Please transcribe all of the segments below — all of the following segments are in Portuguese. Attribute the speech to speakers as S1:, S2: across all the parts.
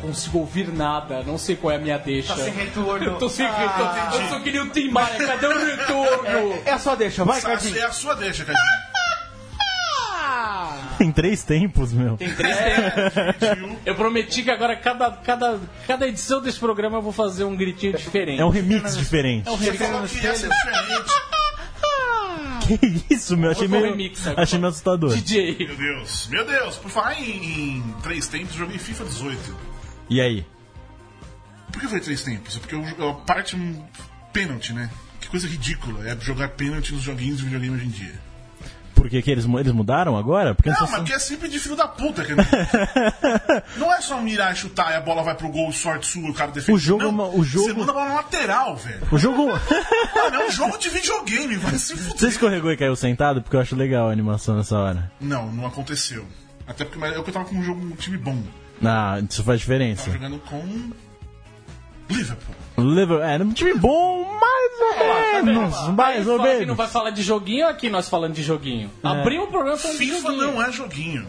S1: consigo ouvir nada, não sei qual é a minha deixa.
S2: Tá sem retorno.
S1: Eu tô sem
S2: Ah,
S1: retorno. Eu só queria o Tim Maia, cadê o retorno?
S3: É só deixa, vai,
S4: Essa
S3: Cardinho.
S4: é a sua deixa, Cadinho.
S5: Tem três tempos, meu.
S1: Tem três tempos. Eu prometi que agora cada, cada, cada edição desse programa eu vou fazer um gritinho diferente.
S5: É um remix diferente.
S4: Você falou que essa é diferente.
S5: Que isso, meu? Achei
S1: vou
S5: meio,
S1: remix agora.
S5: achei meio assustador.
S1: DJ.
S4: Meu Deus, meu Deus. Por falar em, em três tempos, eu joguei FIFA 18.
S5: E aí?
S4: Por que foi três tempos? É porque eu, eu parte um pênalti, né? Que coisa ridícula é jogar pênalti nos joguinhos de videogame hoje em dia.
S5: Por que, que eles, mu- eles mudaram agora? Porque
S4: Não,
S5: antes-
S4: mas porque é sempre de filho da puta, que não... não é só mirar e chutar e a bola vai pro gol, sorte sua, o cara defende.
S5: O jogo é
S4: não,
S5: uma- o jogo-
S4: Você manda a bola na lateral, velho.
S5: O jogo.
S4: Mano, é um jogo de videogame, vai se
S5: Você
S4: fuder.
S5: escorregou e caiu sentado? Porque eu acho legal a animação nessa hora.
S4: Não, não aconteceu. Até porque mas eu tava com um jogo, um time bom.
S5: Ah, isso faz diferença.
S4: Tava Tá jogando com. Liverpool.
S5: Level, é, um time bom,
S1: tá
S5: mais ou menos, mais ou
S1: é Fala que não
S5: menos.
S1: vai falar de joguinho aqui nós falando de joguinho. Abriu o programa falando de
S4: FIFA
S1: joguinho.
S4: não é joguinho.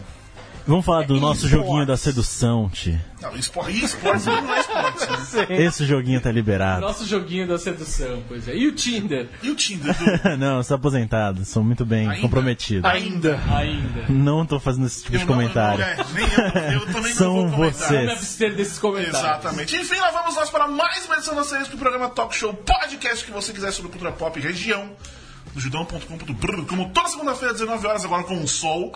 S5: Vamos falar do nosso
S3: esportes.
S5: joguinho da sedução, Ti.
S4: Não, esporte, esporte não é esporte. né?
S5: Esse joguinho tá liberado.
S1: Nosso joguinho da sedução, pois é. E o Tinder?
S4: E o Tinder? Edu?
S5: não, eu sou aposentado, sou muito bem
S4: Ainda?
S5: comprometido.
S3: Ainda.
S1: Ainda.
S5: Não tô fazendo esse tipo de
S4: Eu não-
S5: comentário.
S4: eu não- é, nem eu, eu também
S5: São
S4: não vou comentar.
S5: vocês.
S1: Me abster desses comentários.
S4: Exatamente. Enfim, lá vamos nós para mais uma edição da série do programa Talk Show Podcast que você quiser sobre cultura pop e região. No judão.com.br, como toda segunda-feira, 19 horas, agora com o sol.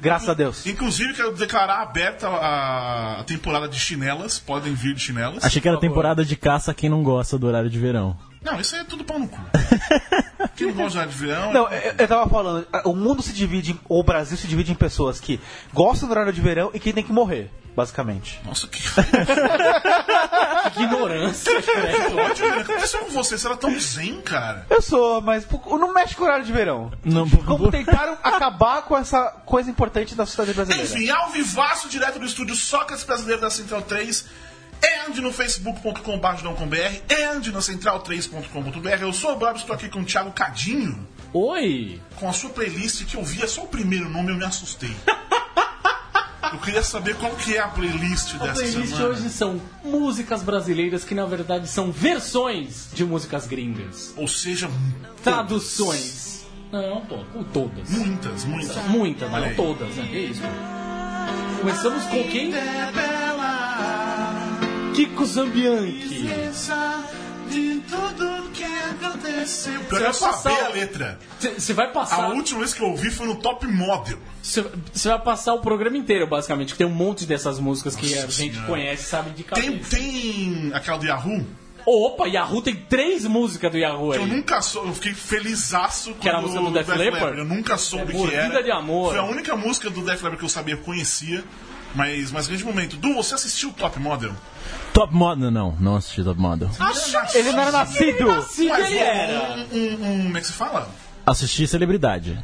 S3: Graças a Deus.
S4: Inclusive, quero declarar aberta a a temporada de chinelas. Podem vir de chinelas.
S5: Achei que era temporada de caça a quem não gosta do horário de verão.
S4: Não, isso aí é tudo pau no cu. Quem não gosta de verão.
S3: Não, eu, eu tava falando, o mundo se divide, em- ou o Brasil se divide em pessoas que gostam do horário de verão e que tem que morrer, basicamente.
S4: Nossa, que
S1: Que ignorância.
S4: ódio, né? O que aconteceu com você? Você era tão zen, cara.
S3: Eu sou, mas pô, não mexe com o horário de verão.
S5: Não,
S3: Como tentaram acabar com essa coisa importante da sociedade brasileira.
S4: Enfim, ao vivaço, direto do estúdio Sócrates Brasileiro da Central 3. And no facebook.com.br, and no central3.com.br. Eu sou o Bob, estou aqui com o Thiago Cadinho,
S1: Oi.
S4: com a sua playlist que eu via só o primeiro nome eu me assustei. Eu queria saber qual que é a playlist
S1: A
S4: dessa
S1: playlist
S4: semana.
S1: hoje são músicas brasileiras que na verdade são versões de músicas gringas.
S4: Ou seja,
S1: Traduções. Não, pô, com todas.
S4: muitas, muitas.
S1: Muitas, mas
S4: Olha
S1: não
S4: aí.
S1: todas, né? Que isso. pô. Começamos com quem? Kiko Zambianchi.
S4: de tudo que aconteceu. Pior que
S1: vai
S4: eu sabia
S1: passar-
S4: a letra.
S1: Você vai
S4: A
S1: passar.
S4: última vez que eu ouvi foi no Top Model.
S1: Você vai passar o programa inteiro, basicamente. que Tem um monte dessas músicas que
S4: Nossa
S1: a gente
S4: Senhora.
S1: conhece, sabe de cabeça.
S4: Tem, tem aquela do Yahoo?
S1: Opa, Yahoo tem três músicas do Yahoo
S4: Eu
S1: aí.
S4: nunca soube, eu fiquei felizaço quando
S1: Que era a música do Def Leppard?
S4: Eu nunca soube
S1: É,
S4: que
S1: Mordida
S4: era.
S1: de Amor.
S4: Foi a única música do Def Leppard que eu sabia, conhecia. Mas, mas grande momento. Du, você assistiu o Top Model?
S5: Top Model, não, não assisti Top Model.
S3: Ele não era nascido!
S1: Sim,
S4: Mas
S1: ele
S4: um-
S1: era.
S4: Um, um- um- como é que se fala?
S5: Assisti Celebridade.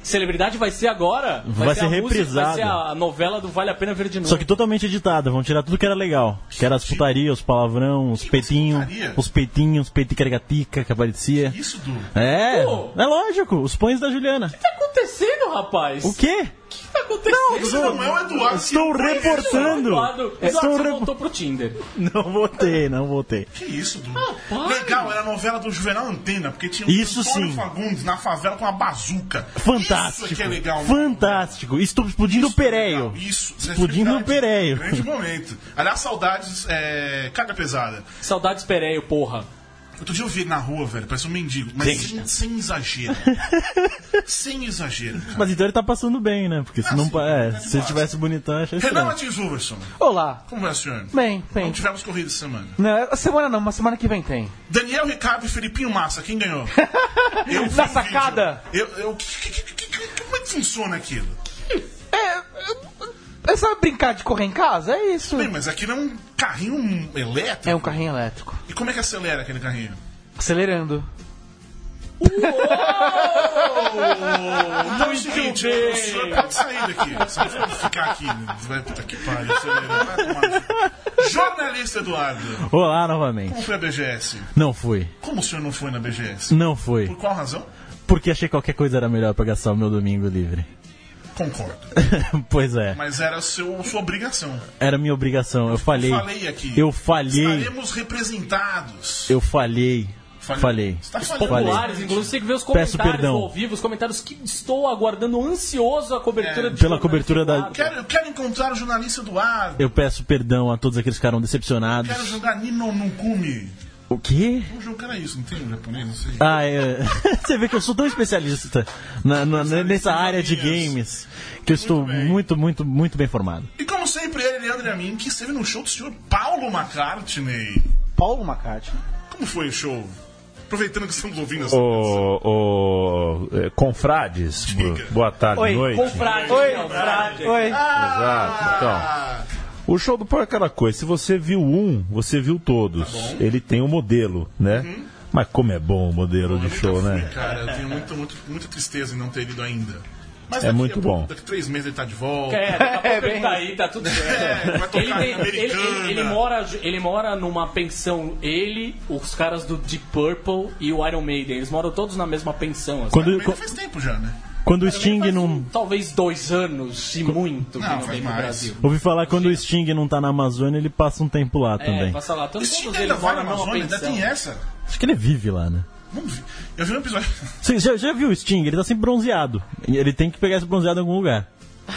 S1: Celebridade vai ser agora.
S5: Vai
S1: a
S5: ser
S1: música,
S5: reprisada.
S1: Vai ser a novela do Vale a Pena Ver de Novo.
S5: Só que totalmente editada, vão tirar tudo que era legal. Que era as putarias, os palavrão, os peitinhos,
S4: putaria?
S5: os peitinhos, os peitinhos que aparecia.
S4: Isso, Du?
S5: É,
S1: Pô.
S5: é lógico, os pães da Juliana.
S1: O que tá acontecendo, rapaz?
S5: O quê?
S1: que tá acontecendo?
S4: Isso não é o Eduardo.
S5: Estou
S4: que conhece.
S5: reportando.
S1: Eduardo,
S5: Estou
S1: Eduardo você
S5: re-
S1: voltou pro Tinder.
S5: Não voltei, não voltei.
S4: Que isso, Du?
S1: pai.
S4: Legal, era a novela do Juvenal Antena, porque tinha
S5: Isso
S4: Antônio
S5: sim.
S4: Fagundes na favela com uma bazuca.
S5: Fantástico.
S4: Isso é que é legal. né?
S5: Fantástico. Estou explodindo o
S4: Isso é
S5: Pereio.
S4: legal. Isso. isso é
S5: Explodindo o
S4: verdade.
S5: Pereio.
S4: Grande momento. Aliás, saudades, é, carga pesada.
S1: Saudades Pereio, porra.
S4: Outro dia eu vi ele na rua, velho, parece um mendigo. Mas sem, sem exagero. sem exagero. cara.
S5: Mas então ele tá passando bem, né? Porque se
S4: Ah,
S5: não.
S4: sim,
S5: pa- é,
S4: tá de
S5: se ele
S4: boa.
S5: tivesse bonitão, achei
S4: Renan
S5: estranho.
S4: Martins Wolverson,
S3: Olá.
S4: como vai, senhor?
S3: Bem, bem.
S4: Não tivemos corrida essa semana.
S3: Não, essa semana não, mas semana que vem tem.
S4: Daniel Ricardo e Felipinho Massa, quem ganhou? Eu vi
S3: Na
S4: o vídeo.
S3: sacada.
S4: Eu, eu- que- que- que- que- como é que funciona aquilo?
S3: É. É só brincar de correr em casa? É isso.
S4: Bem, mas aquilo é um carrinho elétrico.
S3: É um carrinho elétrico.
S4: E como é que acelera aquele carrinho?
S3: Acelerando.
S4: Então é o seguinte,
S1: bem.
S4: o senhor pode sair daqui. Você não vai ficar aqui. né? Vai, puta que pariu. Você vai, vai tomar no cu. Jornalista Eduardo,
S5: Olá novamente.
S4: como foi a BGS?
S5: Não fui.
S4: Como o senhor não foi na BGS?
S5: Não fui.
S4: Por qual razão?
S5: Porque achei que qualquer coisa era melhor pra gastar o meu domingo livre.
S4: Concordo.
S5: pois é.
S4: Mas era seu, sua obrigação.
S5: Era minha obrigação. Eu falhei.
S4: Falei aqui.
S5: Eu falhei.
S4: Estaremos representados.
S5: Eu falhei.
S4: Falhei.
S5: Falei.
S4: Você tá
S5: Os
S4: falhando.
S5: Falei.
S1: Populares, inclusive, tem que ver os
S5: Peço
S1: comentários
S5: perdão.
S1: ao vivo, os comentários que estou aguardando ansioso a cobertura
S4: É,
S1: de
S5: pela cobertura da-
S1: jornalismo.
S4: Quero, eu quero encontrar o jornalista Eduardo.
S5: Eu peço perdão a todos aqueles que ficaram decepcionados.
S4: Quero jogar Nino no Kumi.
S5: O quê?
S4: Um jogo que era isso, não tem um japonês? Não sei.
S5: Ah, é. Você vê que eu sou tão especialista na- na- nessa área de games que eu estou
S4: bem.
S5: muito, muito, muito bem formado.
S4: E como sempre, ele, Leandro e a mim, que esteve no show do senhor Paulo McCartney.
S3: Paulo Macate.
S4: Como foi o show? Aproveitando que estamos ouvindo essa canção.
S2: O, o, eh, confrades, bo-
S4: Diga.
S2: boa tarde,
S3: Oi,
S2: noite.
S1: Confrade,
S3: Oi,
S1: não, frade.
S3: Oi.
S2: Exato. Então,
S4: Ah,
S2: o show do pau é aquela coisa, se você viu um, você viu todos. Ele tem o modelo, né? Mas como é bom o modelo de
S4: eu
S2: show,
S4: nunca fui,
S2: né?
S4: Cara, eu tenho muito, muito, muita tristeza em não ter ido ainda. Mas
S2: É
S4: daqui a
S2: muito
S4: pouco,
S2: bom.
S4: Daqui a três meses ele tá de volta.
S1: É, daqui a pouco
S3: É,
S1: ele
S3: bem
S1: tá
S3: isso.
S1: aí, tá tudo certo.
S4: É, vai tocar
S1: ele, tem-
S4: na
S1: ele- ele- ele
S4: Americana.
S1: mora, ele mora numa pensão, ele, os caras do Deep Purple e o Iron Maiden. Eles moram todos na mesma pensão. assim.
S5: Quando,
S4: Mas faz tempo já, né?
S5: quando o Sting
S1: Faz um-
S5: não.
S1: Talvez dois anos e muito que
S4: Não,
S1: não
S4: faz
S1: vem pro
S4: mais.
S1: Brasil.
S5: Ouvi falar quando o Sting não tá na Amazônia, ele passa um tempo lá
S1: É,
S5: também.
S1: passa lá. Tanto
S4: Esse time
S1: todos
S4: ainda
S1: eles
S4: vai na
S1: moram numa
S4: Amazônia, ainda
S1: pensão.
S4: tem essa?
S5: Acho que ele vive lá, né?
S4: Vamos ver. Eu vi um episódio.
S5: Você já, já viu o Sting? Ele tá sempre bronzeado. E Ele tem que pegar esse bronzeado em algum lugar.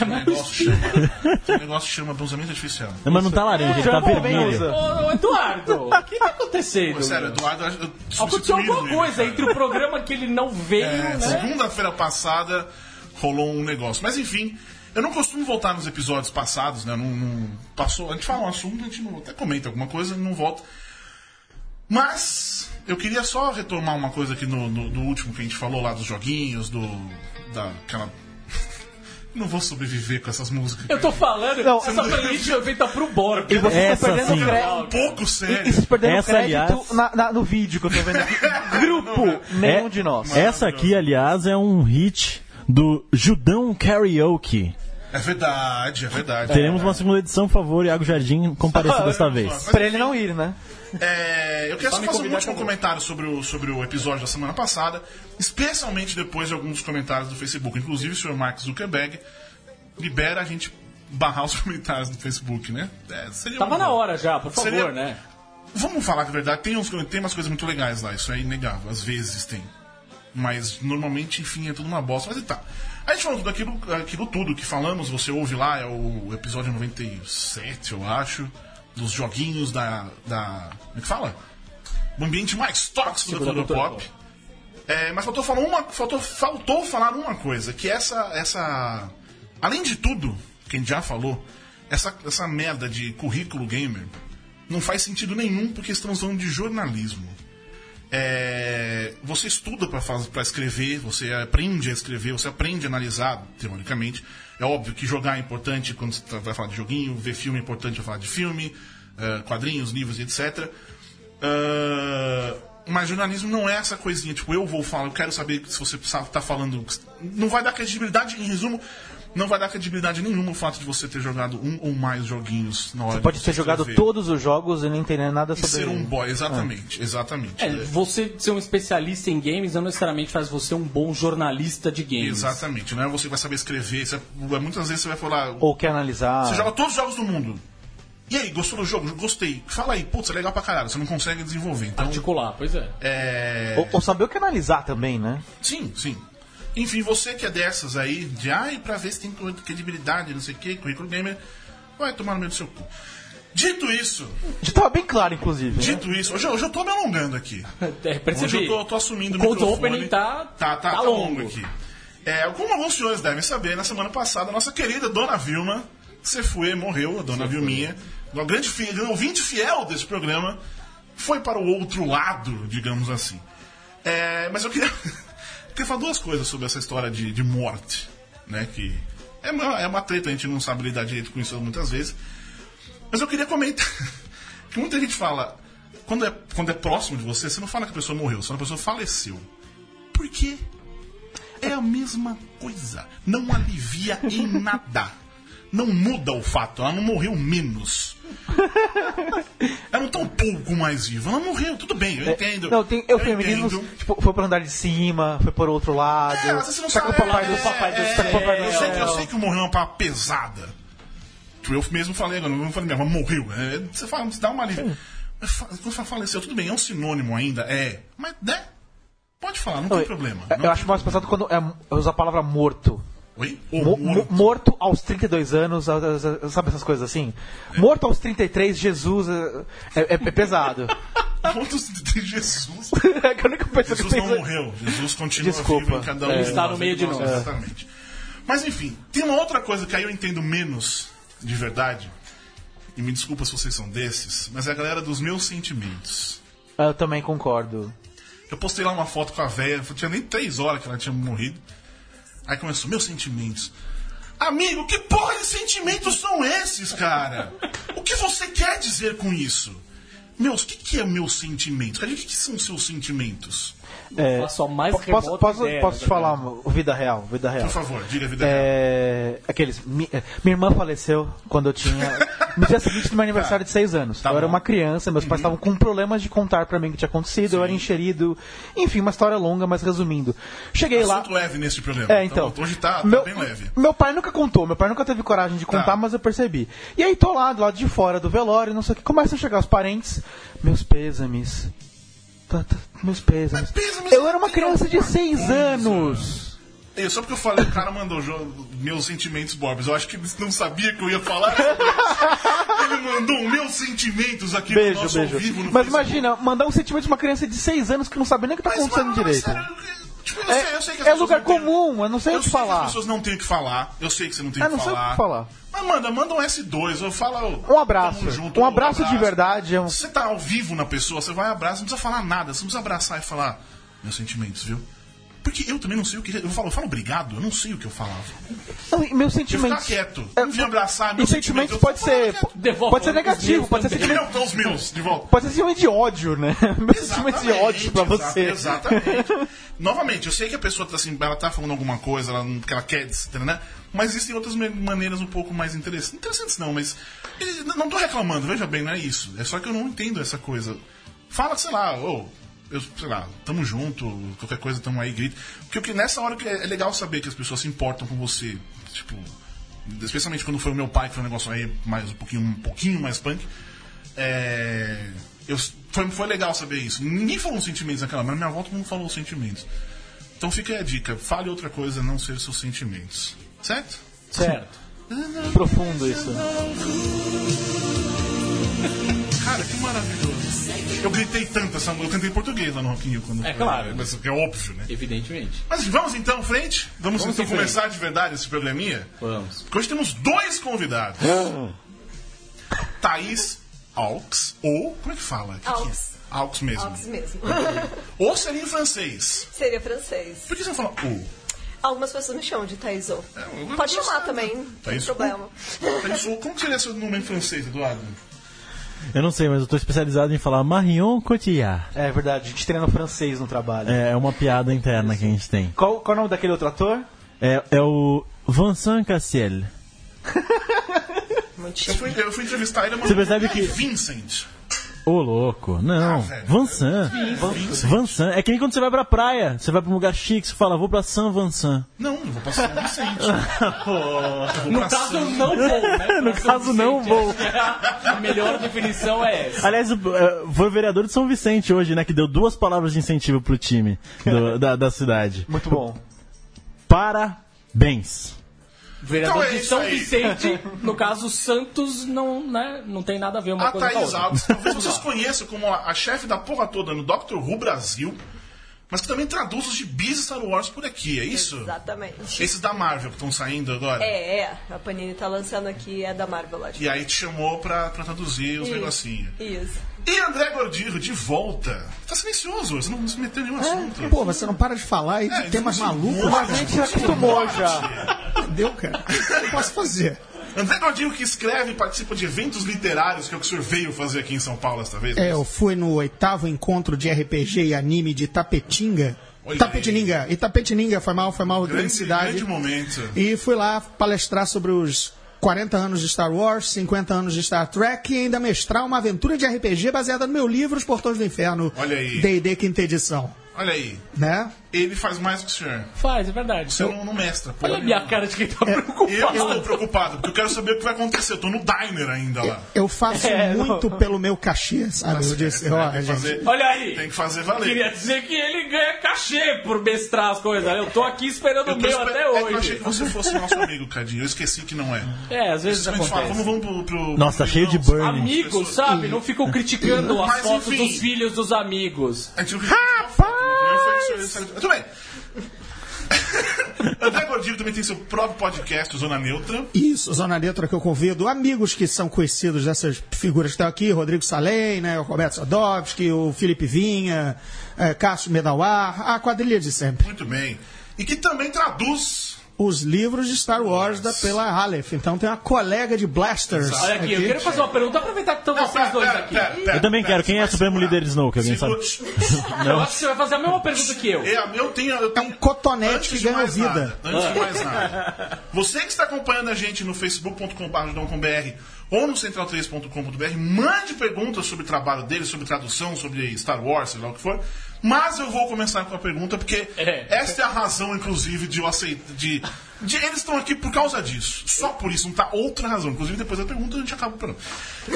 S4: Um negócio chama. um negócio chama bronzeamento artificial.
S5: Mas não tá laranja, ele tá
S3: Shampoo bem
S5: vermelho.
S3: usa.
S1: Ô, ô, Eduardo, o que tá acontecendo?
S4: Pô, sério, Eduardo, eu- eu substituí
S1: Aconteceu alguma
S4: ele,
S1: coisa
S4: cara.
S1: entre o programa que ele não veio,
S4: É,
S1: né?
S4: Segunda-feira passada rolou um negócio. Mas enfim, eu não costumo voltar nos episódios passados, né? Eu Não, não- passou, a gente fala um assunto, a gente não, até comenta alguma coisa e não volta. Mas eu queria só retomar uma coisa aqui no, no- do último que a gente falou lá dos joguinhos, do. daquela. não vou sobreviver com essas músicas.
S1: Eu tô falando,
S3: Não,
S1: essa playlist foi feita pro Borg.
S3: E você
S5: Essa
S3: tá perdendo
S5: sim.
S3: crédito.
S4: Um pouco sério.
S3: E se perdendo
S5: Essa,
S3: crédito
S5: aliás-
S3: na- na- no vídeo que eu tô vendo aqui. Grupo,
S5: É-
S3: nenhum de nós.
S5: Essa aqui, aliás, é um hit do Judão Karaoke.
S4: É verdade, é verdade.
S5: Teremos uma segunda edição, por favor, Iago Jardim compareça desta vez.
S4: Mas assim,
S3: Pra ele não ir, né?
S4: É, eu quero só
S1: me
S4: fazer um
S1: convidar
S4: último
S1: também.
S4: comentário sobre o, sobre o episódio da semana passada, especialmente depois de alguns comentários do Facebook. Inclusive, o senhor Mark Zuckerberg libera a gente barrar os comentários do Facebook, né? É, seria
S1: Tava
S4: uma
S1: na
S4: boa.
S1: hora já, por favor,
S4: Seria-
S1: né?
S4: Vamos falar que a verdade, tem, uns, tem umas coisas muito legais lá, isso é inegável, às vezes tem. Mas normalmente, enfim, é tudo uma bosta, mas e tá. A gente falou tudo aquilo, aquilo tudo que falamos, você ouve lá, é o episódio 97, eu acho, dos joguinhos da. da como é que fala? O ambiente mais tóxico da
S1: da
S4: cultura
S1: cultura
S4: pop. É, mas faltou falar uma, faltou, faltou falar uma coisa, que essa, essa, além de tudo, quem já falou, essa, essa merda de currículo gamer não faz sentido nenhum porque estamos falando de jornalismo. É, você estuda para escrever, você aprende a escrever, você aprende a analisar, teoricamente. É óbvio que jogar é importante quando você tá- vai falar de joguinho, ver filme é importante para falar de filme, eh, quadrinhos, livros, etc. Ah, mas jornalismo não é essa coisinha, tipo, eu vou falar, eu quero saber se você sabe- tá falando. Não vai dar credibilidade, em resumo, não vai dar credibilidade nenhuma o fato de você ter jogado um ou mais joguinhos na hora
S3: Você
S4: de
S3: pode ter jogado
S4: escrever.
S3: todos os jogos e não entender nada
S4: E ser
S3: sobre
S4: um
S3: ele.
S4: boy, exatamente, exatamente.
S1: É, você ser um especialista em games não necessariamente faz você um bom jornalista de games.
S4: Exatamente, não é você que vai saber escrever. você- muitas vezes você vai falar.
S3: É. Ou quer analisar.
S4: Você joga todos os jogos do mundo. E aí, gostou do jogo? Gostei. Fala aí, putz, é legal pra caralho, você não consegue desenvolver. Então,
S1: Articular, pois é.
S4: é.
S3: Ou, ou saber o que analisar também, né?
S4: Sim, sim. Enfim, você que é dessas aí, de ai, pra ver se tem credibilidade, não sei o que, currículo gamer, vai tomar no meio do seu cu. Dito isso,
S3: Já tava bem claro, inclusive. né?
S4: dito isso, hoje, eu- hoje eu tô me alongando aqui.
S1: É,
S4: Hoje
S1: percebi.
S4: eu tô, tô assumindo o
S1: Cold
S4: microfone.
S1: opening tá-
S4: tá, tá,
S1: tá
S4: tá longo
S1: longo.
S4: aqui. É, como alguns senhores devem saber, na semana passada, a nossa querida Dona Vilma se foi, morreu, a Dona Vilminha, uma grande filha, um ouvinte fiel desse programa, foi para o outro lado, digamos assim. É, mas eu queria, eu queria falar duas coisas sobre essa história de, de morte, né, que é uma, é uma treta, a gente não sabe lidar direito com isso muitas vezes, mas eu queria comentar que muita gente fala, quando é, quando é próximo de você, você não fala que a pessoa morreu, você fala que a pessoa faleceu. Por quê? É a mesma coisa. Não alivia em nada. não muda o fato. Ela não morreu menos. Ela não tá um pouco mais viva. Ela morreu, tudo bem, eu entendo.
S3: É, Não, tem, eu,
S4: eu
S3: feminismo,
S4: entendo.
S3: tipo, foi pro andar de cima, foi por outro lado.
S4: É, mas você não
S3: tá com o
S4: sabe,
S3: papai
S4: é,
S3: do papai do
S4: é,
S3: tá com o papai do
S4: eu, sei que, eu sei que o morreu é uma palavra pesada. Tipo, eu mesmo falei, eu não falei mesmo, mas morreu. É, você fala, você dá uma alívio. Mas fa- Quando fala faleceu, tudo bem, é um sinônimo ainda, é. Mas, né? Pode falar, não tem
S3: Oi,
S4: problema.
S3: Eu,
S4: Não-
S3: acho mais pesado quando é, é usar a palavra morto.
S4: Oi? Ô,
S3: Mo- mo-
S4: morto.
S3: morto aos 32 anos, aos- aos- aos- sabe essas coisas assim?
S4: É.
S3: Morto aos 33, Jesus. É, é- é pesado.
S4: Mortos de Jesus.
S3: é que a única pessoa que
S4: Jesus não
S3: pensa.
S4: morreu. Jesus continua
S3: Desculpa.
S4: vivo em cada um.
S1: Ele
S4: de
S1: está
S4: nós,
S1: no meio
S4: entre
S1: de nós.
S4: Exatamente. Mas enfim, tem uma outra coisa que aí eu entendo menos, de verdade. E me desculpa se vocês são desses, mas é a galera dos meus sentimentos.
S3: Ah, Eu também concordo.
S4: Eu postei lá uma foto com a véia, tinha nem três horas que ela tinha morrido. Aí começou, meus sentimentos. Amigo, que porra de sentimentos são esses, cara? O que você quer dizer com isso? Meus, o que, que é meus sentimentos? Cadê o que, que são seus sentimentos?
S3: É,
S1: faço a Tá mais
S3: po- posso
S1: remota
S3: posso,
S1: ideia, tá
S3: posso
S1: na
S3: te falar, uma- vida real, vida real.
S4: Por favor, diga a vida real.
S3: É, aqueles. mi- é, minha irmã faleceu quando eu tinha. No dia seguinte do meu aniversário de 6 anos. eu era
S4: Tá bom. Uhum.
S3: uma criança, meus pais estavam com problemas de contar pra mim o que tinha acontecido, eu era enxerido. Enfim, uma história longa, mas resumindo. Cheguei lá.
S4: assunto leve neste programa.
S3: É, então.
S4: Tá bom. hoje tá, tá
S3: meu,
S4: bem leve.
S3: Meu pai nunca contou, meu pai nunca teve coragem de contar,
S4: Tá.
S3: mas eu percebi. E aí tô lá, do lado de fora do velório, não sei o que. Começam a chegar os parentes, meus pêsames. Tá, tá, meus pêsames.
S4: Mas pêsames
S3: Eu era uma
S4: é
S3: criança de
S4: alguma
S3: 6
S4: coisa.
S3: anos.
S4: Ei, só porque eu falei, o cara mandou jo- meus sentimentos, Borbs. Eu acho que ele não sabia que eu ia falar. ele mandou meus sentimentos aqui no
S3: Beijo,
S4: nosso
S3: beijo.
S4: ao vivo no
S3: Mas
S4: Facebook.
S3: imagina, mandar um sentimento de uma criança de 6 anos que não sabe nem o que tá
S4: Mas,
S3: acontecendo
S4: mas,
S3: direito.
S4: sério, eu- tipo, eu sei- eu sei que as
S3: É, é
S4: pessoas
S3: lugar
S4: não têm-
S3: comum, eu não sei
S4: Eu
S3: o que
S4: sei que as
S3: falar.
S4: pessoas não têm o que falar. Eu sei que você não tem
S3: Ah,
S4: o que
S3: não sei o que
S4: falar.
S3: falar.
S4: Mas manda, manda um S2, ou fala. ô,
S3: Um abraço.
S4: tamo
S3: Um abraço de verdade, é um-
S4: Você tá ao vivo na pessoa, você vai abraçar, não precisa falar nada, você não precisa abraçar e falar meus sentimentos, viu? Porque eu também não sei o que. Eu falo, eu falo obrigado, eu não sei o que eu falava.
S3: Não, e meus
S4: Eu ficar
S3: sentimentos.
S4: quieto,
S3: É,
S4: não me abraçar,
S3: e
S4: meus
S3: sentimentos
S4: sentimentos.
S3: pode
S4: eu falo,
S3: ser.
S4: "Ah, cara,
S1: Devolva
S3: Pode ser
S1: os
S3: negativo,
S1: meus
S3: pode ser
S1: também.
S4: Eu
S3: sentimento.
S4: não tô Então, os meus de volta.
S3: Pode ser sentimento de ódio, né? Meus sentimentos de
S4: Exatamente,
S3: ódio pra você.
S4: exa- Exatamente. Novamente, eu sei que a pessoa tá assim, ela tá falando alguma coisa, ela, não- que ela quer, etc, né? Mas existem outras me- maneiras um pouco mais interessantes. Interessantes não, mas. eh, n- Não tô reclamando, veja bem, não é isso. É só que eu não entendo essa coisa. Fala, sei lá, ou. eu, sei lá, tamo junto, qualquer coisa, tamo aí, grita. Porque o que nessa hora que é é legal saber que as pessoas se importam com você. Tipo. Especialmente quando foi o meu pai, que foi um negócio aí mais, um, pouquinho, um pouquinho mais punk. É, eu, foi, foi legal saber isso. Ninguém falou sentimentos naquela, mas na minha volta todo mundo falou sentimentos. Então fica aí a dica: fale outra coisa a não ser seus sentimentos. Certo?
S1: Certo.
S3: Profundo isso.
S4: Cara, que maravilhoso. Eu gritei tanto essa música. Eu cantei em português lá no Rock in Rio quando
S1: É claro.
S4: Mas é óbvio, né?
S1: Evidentemente.
S4: Mas vamos então, frente? Vamos,
S1: Vamos
S4: então
S1: em frente.
S4: começar de verdade esse probleminha?
S1: Vamos.
S4: Porque hoje temos dois convidados: ThaísAux, ou. Como é que fala? O que que é?
S6: Aux.
S4: Aux mesmo.
S6: Ox mesmo.
S4: Ou seria em francês.
S6: Seria francês.
S4: Por que você não fala o?
S6: Algumas pessoas me chamam de Taizou.
S4: É, eu
S6: Pode
S4: não
S6: chamar
S4: sei.
S6: também, não tem
S4: Taizou.
S6: problema.
S4: Pensou, como seria seu nome em francês, Eduardo?
S5: Eu não sei, mas eu tô especializado em falar Marion Cotillard.
S3: É verdade, a gente treina francês no trabalho.
S5: É é uma piada interna que a gente tem.
S3: Qual, qual é o nome daquele outro ator?
S5: É, é o Vincent Cassiel.
S6: Muito
S4: Eu
S6: chique.
S4: fui, eu fui entrevistar ele, mas...
S5: Você percebe que-
S4: Vincent.
S5: Ô, louco.
S4: Ah,
S5: Não,
S4: velho.
S5: Vincent.
S4: Vincent.
S5: Vincent. É que nem quando você vai pra praia. Você vai pra um lugar chique, você fala, vou pra San Vincent.
S4: Não, eu vou passar o Vicente. Eu vou
S1: No
S4: pra
S1: caso,
S4: Santos.
S1: não vou, né?
S5: No caso, não vou.
S4: é.
S1: A melhor definição é
S4: Então
S1: essa.
S5: Aliás, o, eh, foi o vereador de São Vicente hoje, né? Que deu duas palavras de incentivo pro time do- da, da cidade.
S3: Muito bom.
S5: Parabéns.
S4: Então
S1: Vereador
S4: é
S1: de
S4: isso
S1: São
S4: aí.
S1: Vicente, no caso Santos, não, né, não tem nada a ver uma
S4: A
S1: coisa com a
S4: Thaís
S1: outra.
S4: Alves, talvez vocês conheçam como a, a chefe da porra toda no Doctor Who Brasil, mas que também traduz os gibis de Star Wars por aqui, é isso?
S6: Exatamente.
S4: Esses da Marvel que estão saindo agora.
S6: É, é, a Panini tá lançando aqui, é da Marvel, acho.
S4: E aí te chamou pra, pra traduzir os
S6: Isso,
S4: negocinhos.
S6: Isso.
S4: E André Gordillo, de volta. Tá silencioso, você não se meteu em nenhum assunto.
S7: Pô, você não para de falar e
S4: É,
S7: tem temas malucos.
S3: Mas a gente já acostumou já.
S7: Entendeu, cara? O que eu posso fazer?
S4: André Gordinho que escreve e participa de eventos literários, que é o que o senhor veio fazer aqui em São Paulo esta vez.
S7: É, eu fui no oitavo encontro de RPG e anime de Tapetinga.
S4: Olha aí.
S7: Tapetininga. Itapetininga, foi mal, foi mal, grande,
S4: grande,
S7: cidade.
S4: grande momento.
S7: E fui lá palestrar sobre os 40 anos de Star Wars, 50 anos de Star Trek e ainda mestrar uma aventura de RPG baseada no meu livro Os Portões do Inferno,
S4: Olha aí.
S7: D&D quinta edição,
S4: Olha aí.
S7: né?
S4: Ele faz mais que o senhor.
S1: Faz, é verdade.
S4: Você não, não mestra. porra
S1: Olha a minha
S4: nenhuma.
S1: cara de quem tá
S4: Eu estou
S1: preocupado.
S4: preocupado, porque eu quero saber o que vai acontecer. Eu tô no diner ainda lá.
S7: Eu faço
S1: É, não.
S7: muito pelo meu cachê, sabe? Eu disse, ó,
S4: tem, que
S7: gente,
S4: fazer,
S1: Olha aí.
S4: tem que fazer valer.
S1: Queria dizer que ele ganha cachê por mestrar as coisas. né? Eu tô aqui esperando
S4: Eu
S1: o
S4: tô
S1: meu
S4: esper-
S1: até
S4: é que eu achei
S1: hoje.
S4: que você fosse nosso amigo, Cadinho. Eu esqueci que não é.
S1: É, às vezes
S4: Simplesmente fala, vamos,
S1: acontece.
S4: vamos pro, pro-
S5: Nossa, tá
S4: pro
S5: cheio de
S4: feijão,
S5: burn.
S1: Amigos,
S4: Pessoas-
S1: sabe? Não ficam criticando as
S4: Mas,
S1: fotos
S4: enfim.
S1: dos filhos dos amigos.
S4: A gente não né? Rapaz! Tudo bem. André Gordilho também tem seu próprio podcast, Zona Neutra.
S7: Isso, Zona Neutra que eu convido amigos que são conhecidos dessas figuras que estão aqui, Rodrigo Salem, né, o Roberto Sadovski, o Felipe Vinha, eh, Cássio Medawar, a quadrilha de sempre.
S4: Muito bem. E que também traduz.
S7: Os livros de Star Wars da, pela Aleph. Então tem uma colega de Blasters.
S1: Olha aqui, eu queria fazer uma pergunta, aproveitar que estão vocês dois aqui.
S5: Eu também quero. Quem é o Supremo Líder Snow? Que alguém sabe?
S1: Eu acho que você vai fazer a mesma pergunta que eu.
S4: Eu, eu tenho. Eu
S7: É
S4: tenho
S7: um cotonete
S4: Antes
S7: que
S4: de
S7: ganha
S4: mais
S7: vida.
S4: nada, antes de mais nada. Você que está acompanhando a gente no facebook.com.br ou no central3.com.br, mande perguntas sobre o trabalho dele, sobre tradução, sobre Star Wars, sei lá o que for. Mas eu vou começar com a pergunta, porque
S1: É.
S4: esta é a razão, inclusive, de eu aceitar. De, de- eles estão aqui por causa disso. Só por isso, não tá outra razão. Inclusive, depois da pergunta a gente acaba por.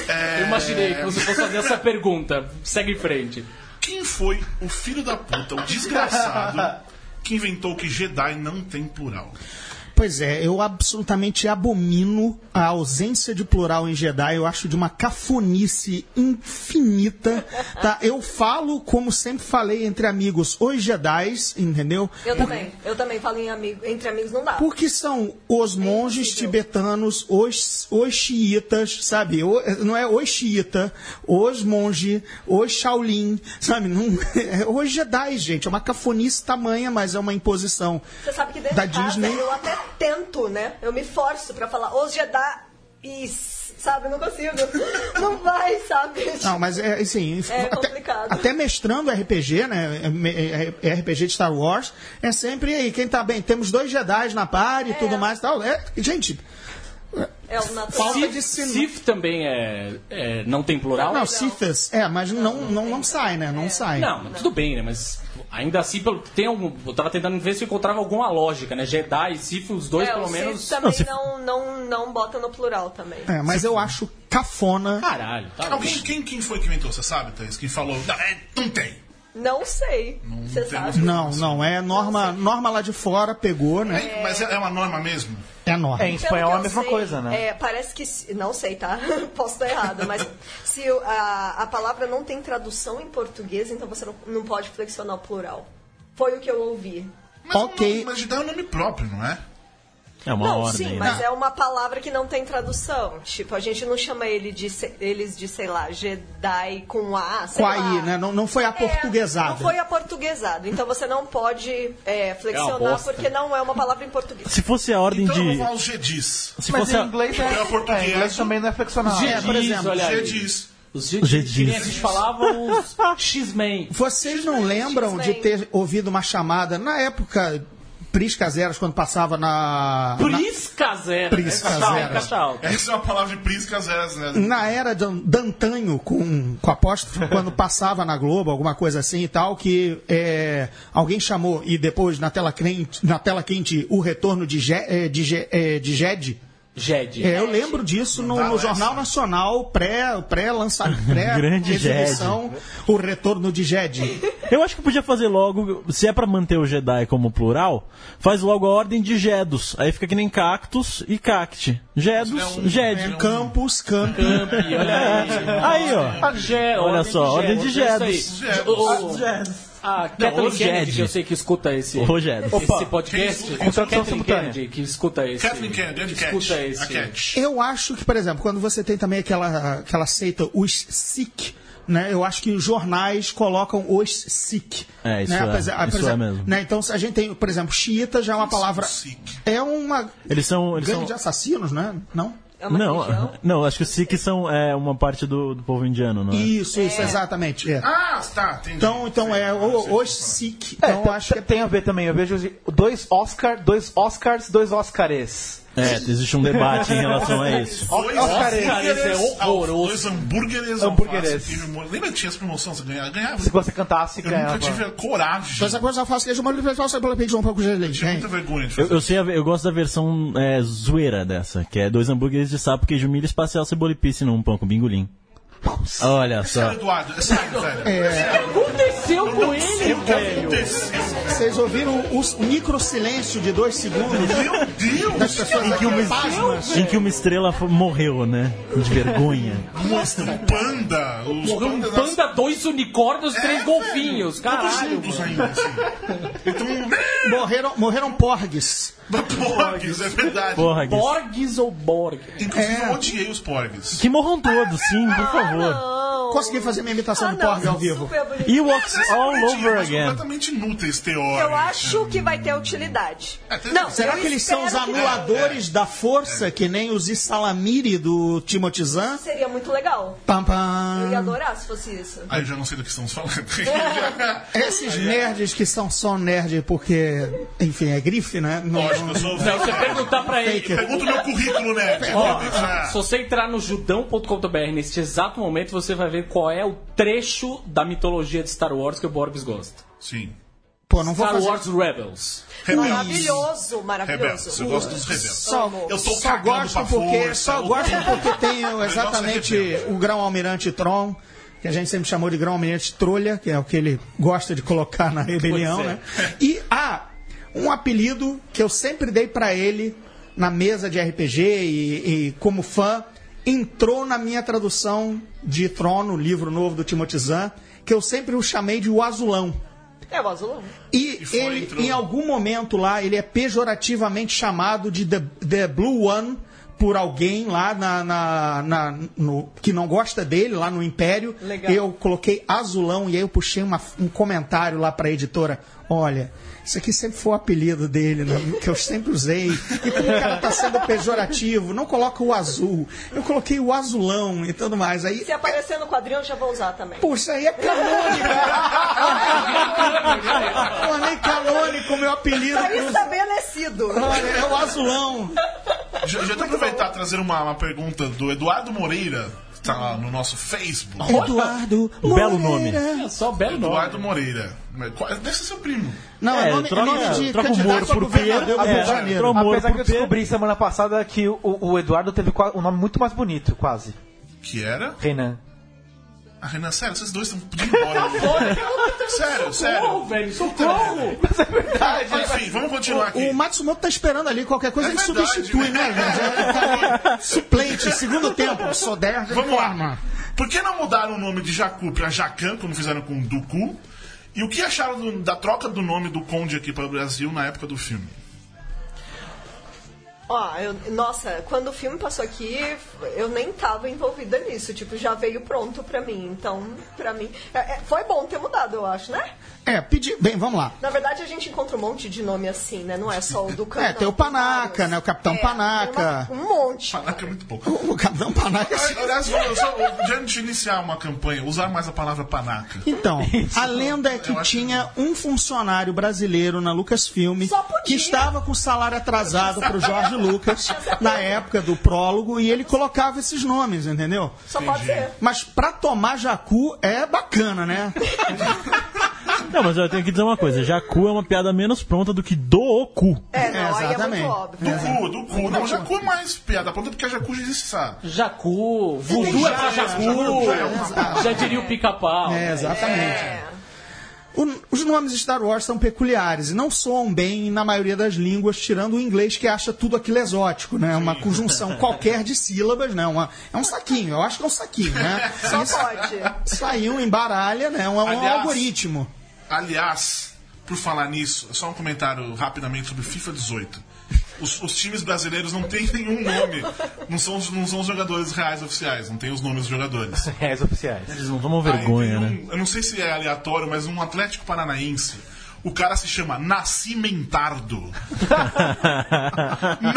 S4: É,
S1: Eu imaginei que você fosse fazer essa pergunta. Segue em frente.
S4: Quem foi o filho da puta, o desgraçado, que inventou que Jedi não tem plural?
S7: Pois é, eu absolutamente abomino a ausência de plural em Jedi. Eu acho de uma cafonice infinita. Tá? Eu falo, como sempre falei entre amigos, os Jedi, entendeu?
S6: Eu também. Eu também falo em amigo, entre amigos não dá.
S7: Porque são os monges
S6: impossível.
S7: tibetanos, os, os xiitas, sabe? O- não é os xiita, os monge, os Shaolin, sabe? Não, é os Jedi, gente. É uma cafonice tamanha, mas é uma imposição.
S6: Você sabe que dentro
S7: Da
S6: de casa
S7: Disney.
S6: eu até tento, né? Eu me forço pra falar os Jedi, sabe? Eu não consigo. não vai, sabe?
S7: Não, mas é assim, enfim,
S6: É
S7: até,
S6: complicado.
S7: até mestrando RPG, né? é- é- é RPG de Star Wars, é sempre aí, quem tá bem, temos dois Jedi na par e tudo mais e tal. É, gente,
S6: É o natural.
S7: falta
S1: Sif,
S7: de sinal.
S1: Sif também é, é- não tem plural?
S7: Não, Sithas, é, mas não, não, não, sai, né? Não sai.
S1: Não, mas tudo bem, né? Mas ainda assim, pelo, tem algum, eu tava tentando ver se eu encontrava alguma lógica, né? Jedi e Sif, os dois
S6: É,
S1: pelo
S6: o Sith
S1: menos.
S6: também não, não, não bota no plural também.
S7: É, mas eu acho cafona.
S1: Caralho, tá
S4: Alguém,
S1: bom.
S4: quem, quem foi É um que inventou, você sabe, Thaís? Quem falou, não, é, não tem.
S6: Não sei. Você
S4: tem
S6: sabe?
S4: noção.
S7: Não, não, é norma, norma lá de fora pegou, né?
S4: É, Mas é, é uma norma mesmo?
S7: É norma.
S3: É, em
S6: Pelo
S3: espanhol
S6: que
S3: é a
S6: eu
S3: mesma
S6: sei,
S3: coisa, né?
S6: é, parece que. se- Não sei, tá? Posso estar errada, mas se o- a, a palavra não tem tradução em português, então você não, não pode flexionar o plural. Foi o que eu ouvi.
S4: Mas
S7: Tá Ok.
S4: o nome- Mas Jedi é um nome próprio, não é?
S5: É uma
S6: não,
S5: ordem. né?
S6: sim, mas é uma palavra que não tem tradução. Tipo, a gente não chama ele de, se- eles de, sei lá, Jedi com A, sei
S7: Quai,
S6: lá.
S7: né? Não, não foi
S6: É,
S7: aportuguesada.
S6: Não foi aportuguesado. Então você não pode é, flexionar
S1: bosta.
S6: porque não é uma palavra em português.
S5: Se fosse a ordem
S4: Então eu
S5: de.
S4: vou aos Jedis.
S5: Se
S3: Mas
S5: fosse
S3: em
S5: a...
S3: inglês é,
S4: É o português.
S3: é, em inglês também não é flexional.
S1: Jedis,
S3: É, por exemplo,
S1: olha aí.
S4: Jedis.
S1: Os Jedis.
S5: Jedis.
S1: que nem a gente falava os X-Men.
S7: Vocês não lembram de ter ouvido uma chamada na época Prisca Zeras, quando passava na. na-
S1: Prisca Zero.
S7: Prisca
S1: é, caixa
S7: Zero.
S1: alta, caixa alta.
S4: Essa é uma palavra de prisca zeras, né?
S7: na era dan- Dantanho com, com apóstrofe, quando passava na Globo, alguma coisa assim e tal, que é, alguém chamou, e depois na tela, crente, na tela quente, o retorno de, Je, eh, de, Je- eh, de Jed.
S1: Jedi.
S7: É, eu lembro disso no,
S4: dá
S7: no
S4: essa.
S7: Jornal Nacional pré-lançamento, pré lançamento pré
S5: Grande
S7: exibição o retorno de Jed.
S5: Eu acho que podia fazer logo, se é pra manter o Jedi como plural, faz logo a ordem de Jedos. Aí fica que nem cactus e cacti. Jedos,
S4: Isso é um-
S5: Jedi.
S4: é um-
S7: Campos, Campi.
S1: E olha aí.
S5: Aí, ó.
S1: A Ge-
S5: Olha só, ordem de
S1: Jedis. É
S5: Jedis.
S1: isso aí. O- A Kathleen
S5: os
S1: Kennedy,
S5: Jedi.
S1: que eu sei que escuta esse,
S5: Ô, Jedi.
S1: esse podcast.
S4: Quem escuta?
S1: Kathleen Kennedy, que escuta esse.
S4: Kathleen Kennedy, grande
S1: Escuta
S4: cat.
S1: esse.
S4: A cat.
S7: Eu acho que, por exemplo, quando você tem também aquela, aquela seita, os Sikh, né? Eu acho que os jornais colocam os Sikh.
S5: É, isso
S7: né?
S5: é,
S7: Apesar-
S5: isso é
S7: apesar-
S5: mesmo.
S7: né, Então, se a gente tem, por exemplo, xiita já é uma palavra...
S4: Sikh?
S7: É uma
S5: Eles são. Eles
S7: gangue
S5: são...
S7: de assassinos, né? Não?
S6: É uma
S5: Não,
S6: religião.
S5: não, acho que os Sikhs são é, uma parte do, do povo indiano, não é?
S7: Isso, isso, exatamente. é.
S4: Ah, tá, entendi.
S7: Então, então é o- os Sikh. Então,
S3: então,
S7: acho que é
S3: tem a ver também. Eu vejo os- dois Oscar, dois Oscars, dois Oscars.
S5: É, existe um debate em relação a isso.
S4: Dois
S3: ó os caretas,
S4: hambúrgueres,
S1: é horroroso.
S4: Dois é um hambúrgueres,
S3: Hambúrgueres.
S4: alface, queijo molho. Lembra que tinha essa promoção? Você ganhava? ganhava.
S3: Se você cantasse,
S4: Eu nunca
S3: ganhava.
S4: tive a coragem.
S7: Então essa coisa eu faço queijo molho de pessoal, você pode pedir um pouco de leite.
S4: Tive
S7: hein?
S4: muita vergonha de
S5: Eu,
S4: fazer.
S5: eu sei, a- eu gosto da versão é, zoeira dessa, que é dois hambúrgueres de sapo, queijo milho espacial, cebola e pisse num pão com bingolim. Olha
S4: Sério,
S5: só.
S4: Eduardo, é sério, velho.
S1: aconteceu com ele,
S4: O que
S1: velho?
S4: aconteceu, velho?
S7: Vocês ouviram o, o micro silêncio de dois segundos
S4: Meu
S7: das
S4: Deus!
S7: pessoas aqui pasmas?
S5: Em que uma estrela fo- morreu, né? De vergonha.
S4: Mostra um panda. Os
S1: Morreu um
S4: pandas-
S1: panda, dois unicórnios,
S4: É,
S1: três
S4: velho, Todos
S1: golfinhos. Caralho.
S4: juntos ainda, assim. Então,
S7: Morreram, morreram porgues.
S4: porgs, é verdade.
S5: Porra, Gui.
S1: Borges ou Borges?
S4: Inclusive,
S7: É.
S4: eu odiei os porgs.
S5: Que morram todos, sim, por favor.
S6: Não.
S7: Consegui fazer minha imitação
S6: Ah,
S7: do
S6: não,
S7: porg ao vivo.
S6: super bonito.
S5: Ewoks all
S4: Bonitinhos,
S5: over
S4: mas
S5: again.
S4: completamente inúteis, teóricos.
S6: Eu acho que vai ter utilidade.
S4: É, tem-
S6: Não,
S7: Será
S6: eu
S7: que eles são os
S6: espero que-
S7: anuladores
S1: É.
S7: da força, que nem os Isalamiri do Timothy Zahn?
S6: Seria muito legal.
S7: Pam,
S6: Eu ia
S7: pam.
S6: adorar se fosse isso.
S4: Aí eu já não sei do que estamos falando.
S7: Esses nerds que são só nerd porque, enfim, é grife, né? Não-
S4: Lógico, eu sou.
S1: Não, você perguntar pra ele.
S7: Fake.
S4: Pergunta o meu currículo, né?
S1: Se você entrar no judão.com.br neste exato momento, você vai ver qual é o trecho da mitologia de Star Wars que o Borbs gosta.
S4: Sim.
S7: Pô, não vou
S1: Star
S7: fazer.
S1: Wars Rebels.
S6: Maravilhoso,
S4: Rebeldes.
S6: maravilhoso.
S4: Eu gosto dos rebeldes.
S7: Só,
S4: Eu tô
S7: só
S4: cagando
S7: gosto
S4: pra
S7: porque
S4: força,
S7: só
S4: eu-
S7: gosto porque tem o- exatamente
S4: Eu gosto de
S7: o grão almirante Tron que a gente sempre chamou de grão almirante trolha que é o que ele gosta de colocar na rebelião
S1: Pois é.
S7: né e ah, um apelido que eu sempre dei pra ele na mesa de RPG e, e como fã entrou na minha tradução de Tron no livro novo do Timothy Zahn que eu sempre o chamei de o azulão
S6: É o azulão.
S7: e,
S4: E foi,
S7: ele,
S4: entrou.
S7: em algum momento lá, ele é pejorativamente chamado de The, The Blue One por alguém lá na, na- na- no- que não gosta dele, lá no Império.
S6: Legal.
S7: Eu coloquei azulão e aí eu puxei uma- um comentário lá pra editora. Olha, isso aqui sempre foi o apelido dele, né, que eu sempre usei. E como o cara tá sendo pejorativo, não coloca o azul. Eu coloquei o azulão e tudo mais. Aí,
S6: Se aparecer no quadrinho, eu já vou usar também.
S7: Pô, isso aí é canônico. Pô, nem canônico, meu apelido.
S6: Tá
S4: é
S6: estabelecido.
S7: Olha, é o azulão.
S4: Já, já até aproveitar e trazer uma, uma pergunta do Eduardo Moreira, que tá lá no nosso Facebook.
S7: Eduardo.
S5: Um Belo
S7: Moreira.
S1: É só belo nome.
S4: Eduardo Moreira. Mas qual- Deve ser seu primo.
S7: Não, é,
S5: É,
S7: nome, é
S5: troca-
S7: nome de
S5: troca o
S7: candidato
S5: Moro por
S7: a governador do
S5: Pedro,
S7: Rio de
S5: é,
S7: Janeiro.
S5: troca- Amor
S3: Apesar que eu
S5: por Pedro.
S3: descobri semana passada que o, o Eduardo teve qua- um nome muito mais bonito, quase.
S4: Que era.
S3: Renan.
S4: A Renan, sério, vocês dois estão podiam ir
S7: Tá
S4: embora. sério,
S1: Socorro,
S4: sério.
S1: velho, socorro!
S4: Enfim, vamos continuar aqui.
S7: né? O Matsumoto tá esperando ali, qualquer coisa
S4: É
S7: ele
S4: verdade,
S7: substitui,
S4: né?
S7: né, gente? É Suplente, segundo tempo, só der.
S4: Vamos lá. Por que não mudaram o nome de Jacu pra Jacan, como fizeram com Duku? E o que acharam do- da troca do nome do Conde aqui para o Brasil na época do filme?
S6: Ó, eu- nossa, quando o filme passou aqui, eu nem tava envolvida nisso. Tipo, já veio pronto pra mim. Então, pra mim. é- é, foi bom ter mudado, eu acho, né?
S7: É, pedi. Bem, vamos lá.
S6: Na verdade, a gente encontra um monte de nome assim, né? Não é só o do Cano.
S7: É, tem o Panaca, né? O Capitão Panaca.
S6: um monte.
S4: Caraca, é muito pouco.
S7: O Capitão Panaca.
S4: Aliás, eu só, diante de iniciar uma campanha, usar mais a palavra panaca.
S7: Então, a lenda é que
S4: Eu acho
S7: tinha um funcionário brasileiro na Lucasfilm
S6: Só podia.
S7: que estava com salário atrasado para o Jorge Lucas na época do prólogo e ele colocava esses nomes, entendeu?
S6: Só pode ser.
S7: Mas para tomar jacu é bacana, né?
S5: Não, mas eu tenho que dizer uma coisa: Jacu é uma piada menos pronta do que do cu.
S6: É, não, aí é
S7: Exatamente.
S6: muito óbvio.
S4: Duku, Duku. Não, Jacu é mais piada pronta porque a Jacu já existe, sabe?
S1: Jacu, voodoo é pra Jacu. Já diria o pica-pau.
S7: É, exatamente.
S6: É.
S7: O- os nomes Star Wars são peculiares e não soam bem na maioria das línguas, tirando o inglês que acha tudo aquilo exótico, né? Uma conjunção qualquer de sílabas, né? Uma- é um saquinho, eu acho que é um saquinho, né?
S6: Só pode.
S7: Saiu em baralha, né? Um, um
S4: Aliás-
S7: algoritmo.
S4: Aliás, por falar nisso, só um comentário rapidamente sobre FIFA 18. Os, os times brasileiros não têm nenhum nome. Não são, os- não são os jogadores reais oficiais, não tem os nomes dos jogadores.
S3: É, os oficiais.
S5: Eles não tomam
S4: Aí
S5: vergonha,
S4: tem
S5: né?
S4: um- Eu não sei se é aleatório, mas um Atlético Paranaense. O cara se chama Nascimentardo.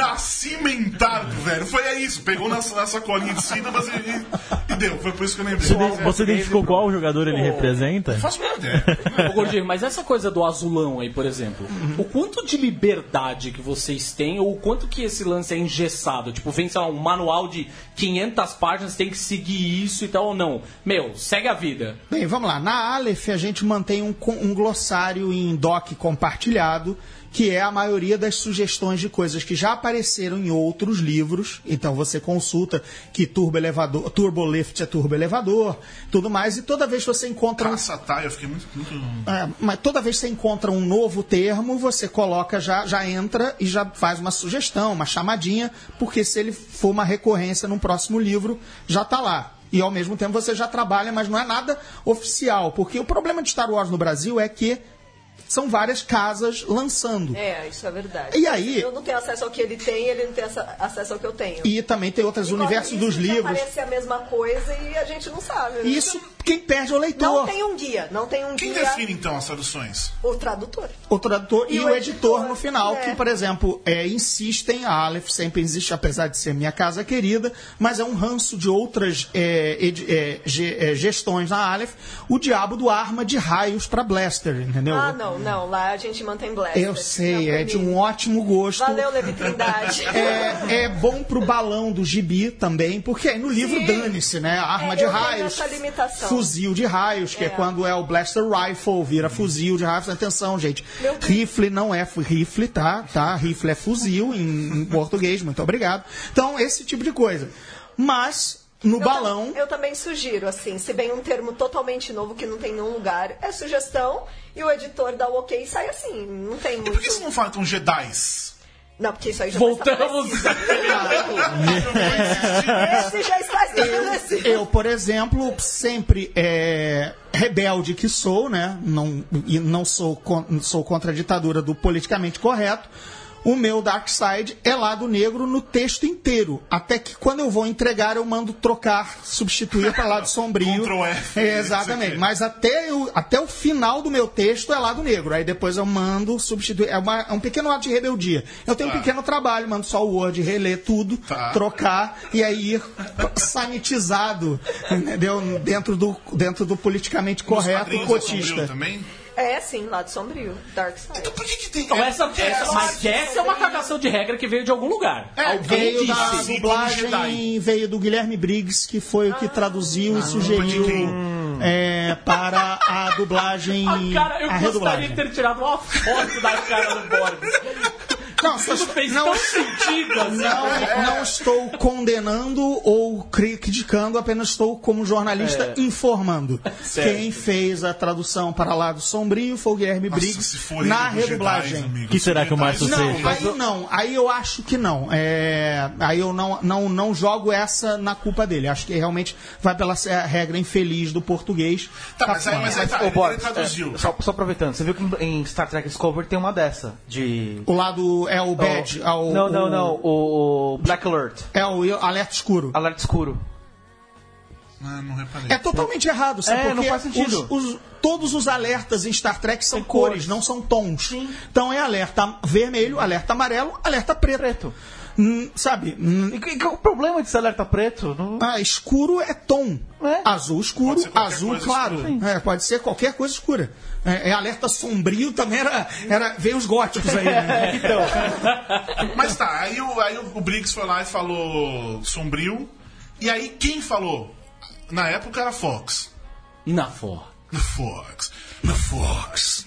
S4: Nascimentardo, velho. Foi é isso. Pegou na, na sacolinha de sílabas e, e- e deu. Foi por isso que eu lembrei.
S5: Você, ide- você identificou qual jogador ele representa?
S4: Não faço a menor ideia.
S1: Ô, Gordinho, mas essa coisa do azulão aí, por exemplo, o quanto de liberdade que vocês têm ou o quanto que esse lance é engessado? Tipo, vem, sei lá, um manual de 500 páginas, tem que seguir isso e tal ou não? Meu, segue a vida.
S7: Bem, vamos lá. Na Aleph, a gente mantém um, co- um glossário em doc compartilhado, que é a maioria das sugestões de coisas que já apareceram em outros livros. Então você consulta que turbo elevador, turbo lift é turbo elevador, tudo mais. E toda vez que você encontra um
S4: Caça tá, eu fiquei muito. muito...
S7: é, mas toda vez que você encontra um novo termo, você coloca, já, já entra e já faz uma sugestão, uma chamadinha, porque se ele for uma recorrência num próximo livro, já está lá. E ao mesmo tempo você já trabalha, mas não é nada oficial, porque o problema de Star Wars no Brasil é que são várias casas lançando.
S6: É, isso é verdade.
S7: E aí-
S6: Eu não tenho acesso ao que ele tem, ele não tem essa- acesso ao que eu tenho.
S7: E também tem outros
S6: Enquanto
S7: universos
S6: isso,
S7: dos
S6: que
S7: livros.
S6: Aparece a mesma coisa e a gente não sabe. né?
S7: E isso quem perde é o
S6: Não
S7: leitor.
S6: tem um guia, não tem um
S4: Quem
S6: guia.
S4: define então as traduções?
S6: O tradutor.
S7: o tradutor e,
S6: E
S7: o
S6: o
S7: editor,
S6: editor,
S7: no final,
S6: é.
S7: que, por exemplo, é, insistem, a Aleph sempre existe, apesar de ser minha casa querida, mas é um ranço de outras é, edi- é, ge- é, gestões na Aleph, o diabo do arma de raios para Blaster, entendeu?
S6: Ah, não, não. Lá a gente mantém blaster.
S7: Eu sei,
S6: Não,
S7: é de
S6: pra mim.
S7: um ótimo gosto.
S6: Valeu, Levi Trindade.
S7: É, é bom pro balão do gibi também, porque aí no livro
S6: Sim.
S7: dane-se, né? Arma
S6: É,
S7: de
S6: eu tenho
S7: raios.
S6: essa limitação.
S7: Fuzil de raios, que é.
S6: É.
S7: quando é o blaster rifle, vira fuzil de raios. Atenção, gente.
S6: Meu Deus.
S7: Rifle não é fu- rifle, tá? tá? Rifle é fuzil em, em português, muito obrigado. Então, esse tipo de coisa. Mas, no
S6: Eu
S7: balão.
S6: tam- Eu também sugiro, assim, se bem um termo totalmente novo que não tem em nenhum lugar, é sugestão e o editor dá o ok e sai assim. Não tem
S4: E
S6: muito.
S4: por que vocês não falam então Jedi's?
S6: Não, porque isso aí já
S1: Voltamos.
S6: está estabelecido. Esse já está estabelecido.
S7: Eu, por exemplo, sempre é, rebelde que sou, né? Não, e não sou, con- sou contra a ditadura do politicamente correto. O meu Dark Side é lado negro no texto inteiro. Até que quando eu vou entregar, eu mando trocar, substituir para lado sombrio.
S4: Ctrl F,
S7: É, exatamente.
S4: isso aqui.
S7: Mas até, eu, até o final do meu texto é lado negro. Aí depois eu mando substituir. É, uma- é um pequeno ato de rebeldia. Eu tenho um pequeno trabalho, mando só o Word, reler tudo,
S4: Ah. Tá.
S7: trocar trocar e aí ir sanitizado, entendeu? Dentro do, dentro do politicamente correto e
S4: Quadrinhos sombrio
S7: É cotista.
S4: também?
S6: É, sim, lado sombrio, Dark Side.
S4: Então por que, que tem.
S1: Então, essa, essa, mas
S4: essa-
S1: essa é uma cagação de regra que veio de algum lugar.
S4: É,
S1: Alguém disse.
S7: Veio da
S4: Sim, como
S7: dublagem,
S4: Jedi. Ah,
S7: veio do Guilherme Briggs, que foi o que traduziu e sugeriu
S4: de quem?
S7: é, para a dublagem.
S1: Ah, cara, eu
S7: a
S1: gostaria de
S7: redublagem.
S1: ter tirado uma foto da cara do Boris.
S7: Não,
S1: Isso fez
S7: não,
S1: tão sentido assim.
S7: não, não estou condenando ou criticando, apenas estou, como jornalista, informando.
S1: Certo.
S7: Quem fez a tradução para Lado Sombrio foi o Guilherme
S4: Nossa,
S7: Briggs
S4: se for
S7: na
S4: ele dos
S7: redublagem.
S4: Jedi's, amigo, é
S5: Que será que o
S4: Jedi's-
S5: Márcio
S7: Não,
S5: seja?
S7: aí não, aí eu acho que não. É, aí eu não, não, não jogo essa na culpa dele. Acho que realmente vai pela se- regra infeliz do português.
S4: Tá, mas aí, mas aí tá,
S3: Ô,
S4: ele, ele
S3: Boris,
S4: traduziu.
S3: é, só, só aproveitando, você viu que em em Star Trek Discovery tem uma dessa, de...
S7: O lado é o bad, é o,
S3: não, não,
S7: o-
S3: não, o, o Black Alert,
S7: é o alerta escuro.
S3: alerta escuro.
S4: Ah, não reparei.
S7: É totalmente errado, sabe?
S3: É,
S7: Porque
S3: não faz sentido.
S7: Os, os- todos os alertas em Star Trek são
S3: São
S7: cores,
S3: cores.
S7: não são tons. Então é alerta vermelho, alerta amarelo, alerta preto.
S3: Preto.
S7: Hum, sabe? Hum,
S3: E que- que é o problema desse alerta preto? Não...
S7: Ah, escuro é tom.
S3: É.
S7: Azul escuro,
S4: Pode ser qualquer
S7: azul
S4: coisa
S7: claro.
S3: escura.
S7: É, pode ser qualquer coisa escura. É, é alerta sombrio também era, era. Veio os góticos aí, né?
S3: Então,
S4: Mas tá, aí, o, aí o o Briggs foi lá e falou sombrio. E aí quem falou? Na época era Fox.
S1: Na foto.
S4: Na Fox. Na Fox.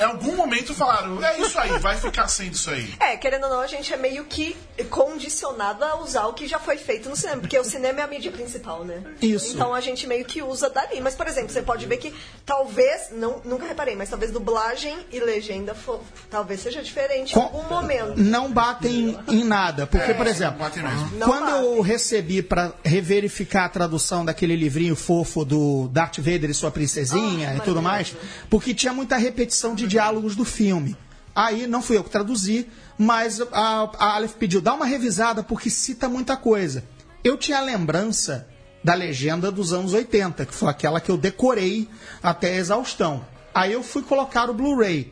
S4: Em algum momento falaram, é isso aí, vai ficar sendo isso aí.
S6: É, querendo ou não, a gente é meio que condicionado a usar o que já foi feito no cinema, porque o cinema é a mídia principal, né?
S7: Isso.
S6: Então a gente meio que usa dali. Mas, por exemplo, você pode ver que talvez, não, nunca reparei, mas talvez dublagem e legenda fo- talvez seja diferente
S7: Com-
S6: em
S3: Um
S6: algum momento.
S7: Não batem em nada. Porque, por exemplo,
S4: É, Batem mesmo.
S6: Não
S7: Quando
S6: batem.
S7: eu recebi pra reverificar a tradução daquele livrinho fofo do Darth Vader e sua princesinha
S6: Ah,
S7: e tudo mais, porque tinha muita repetição de diálogos do filme. Aí não fui eu que traduzi, mas a, a Aleph pediu, dá uma revisada porque cita muita coisa. Eu tinha a lembrança da legenda dos anos 80, que foi aquela que eu decorei até a exaustão. Aí eu fui colocar o Blu-ray.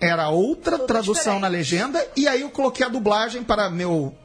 S7: Era outra
S6: Tudo
S7: tradução
S6: diferente.
S7: na legenda, e aí eu coloquei a dublagem para meu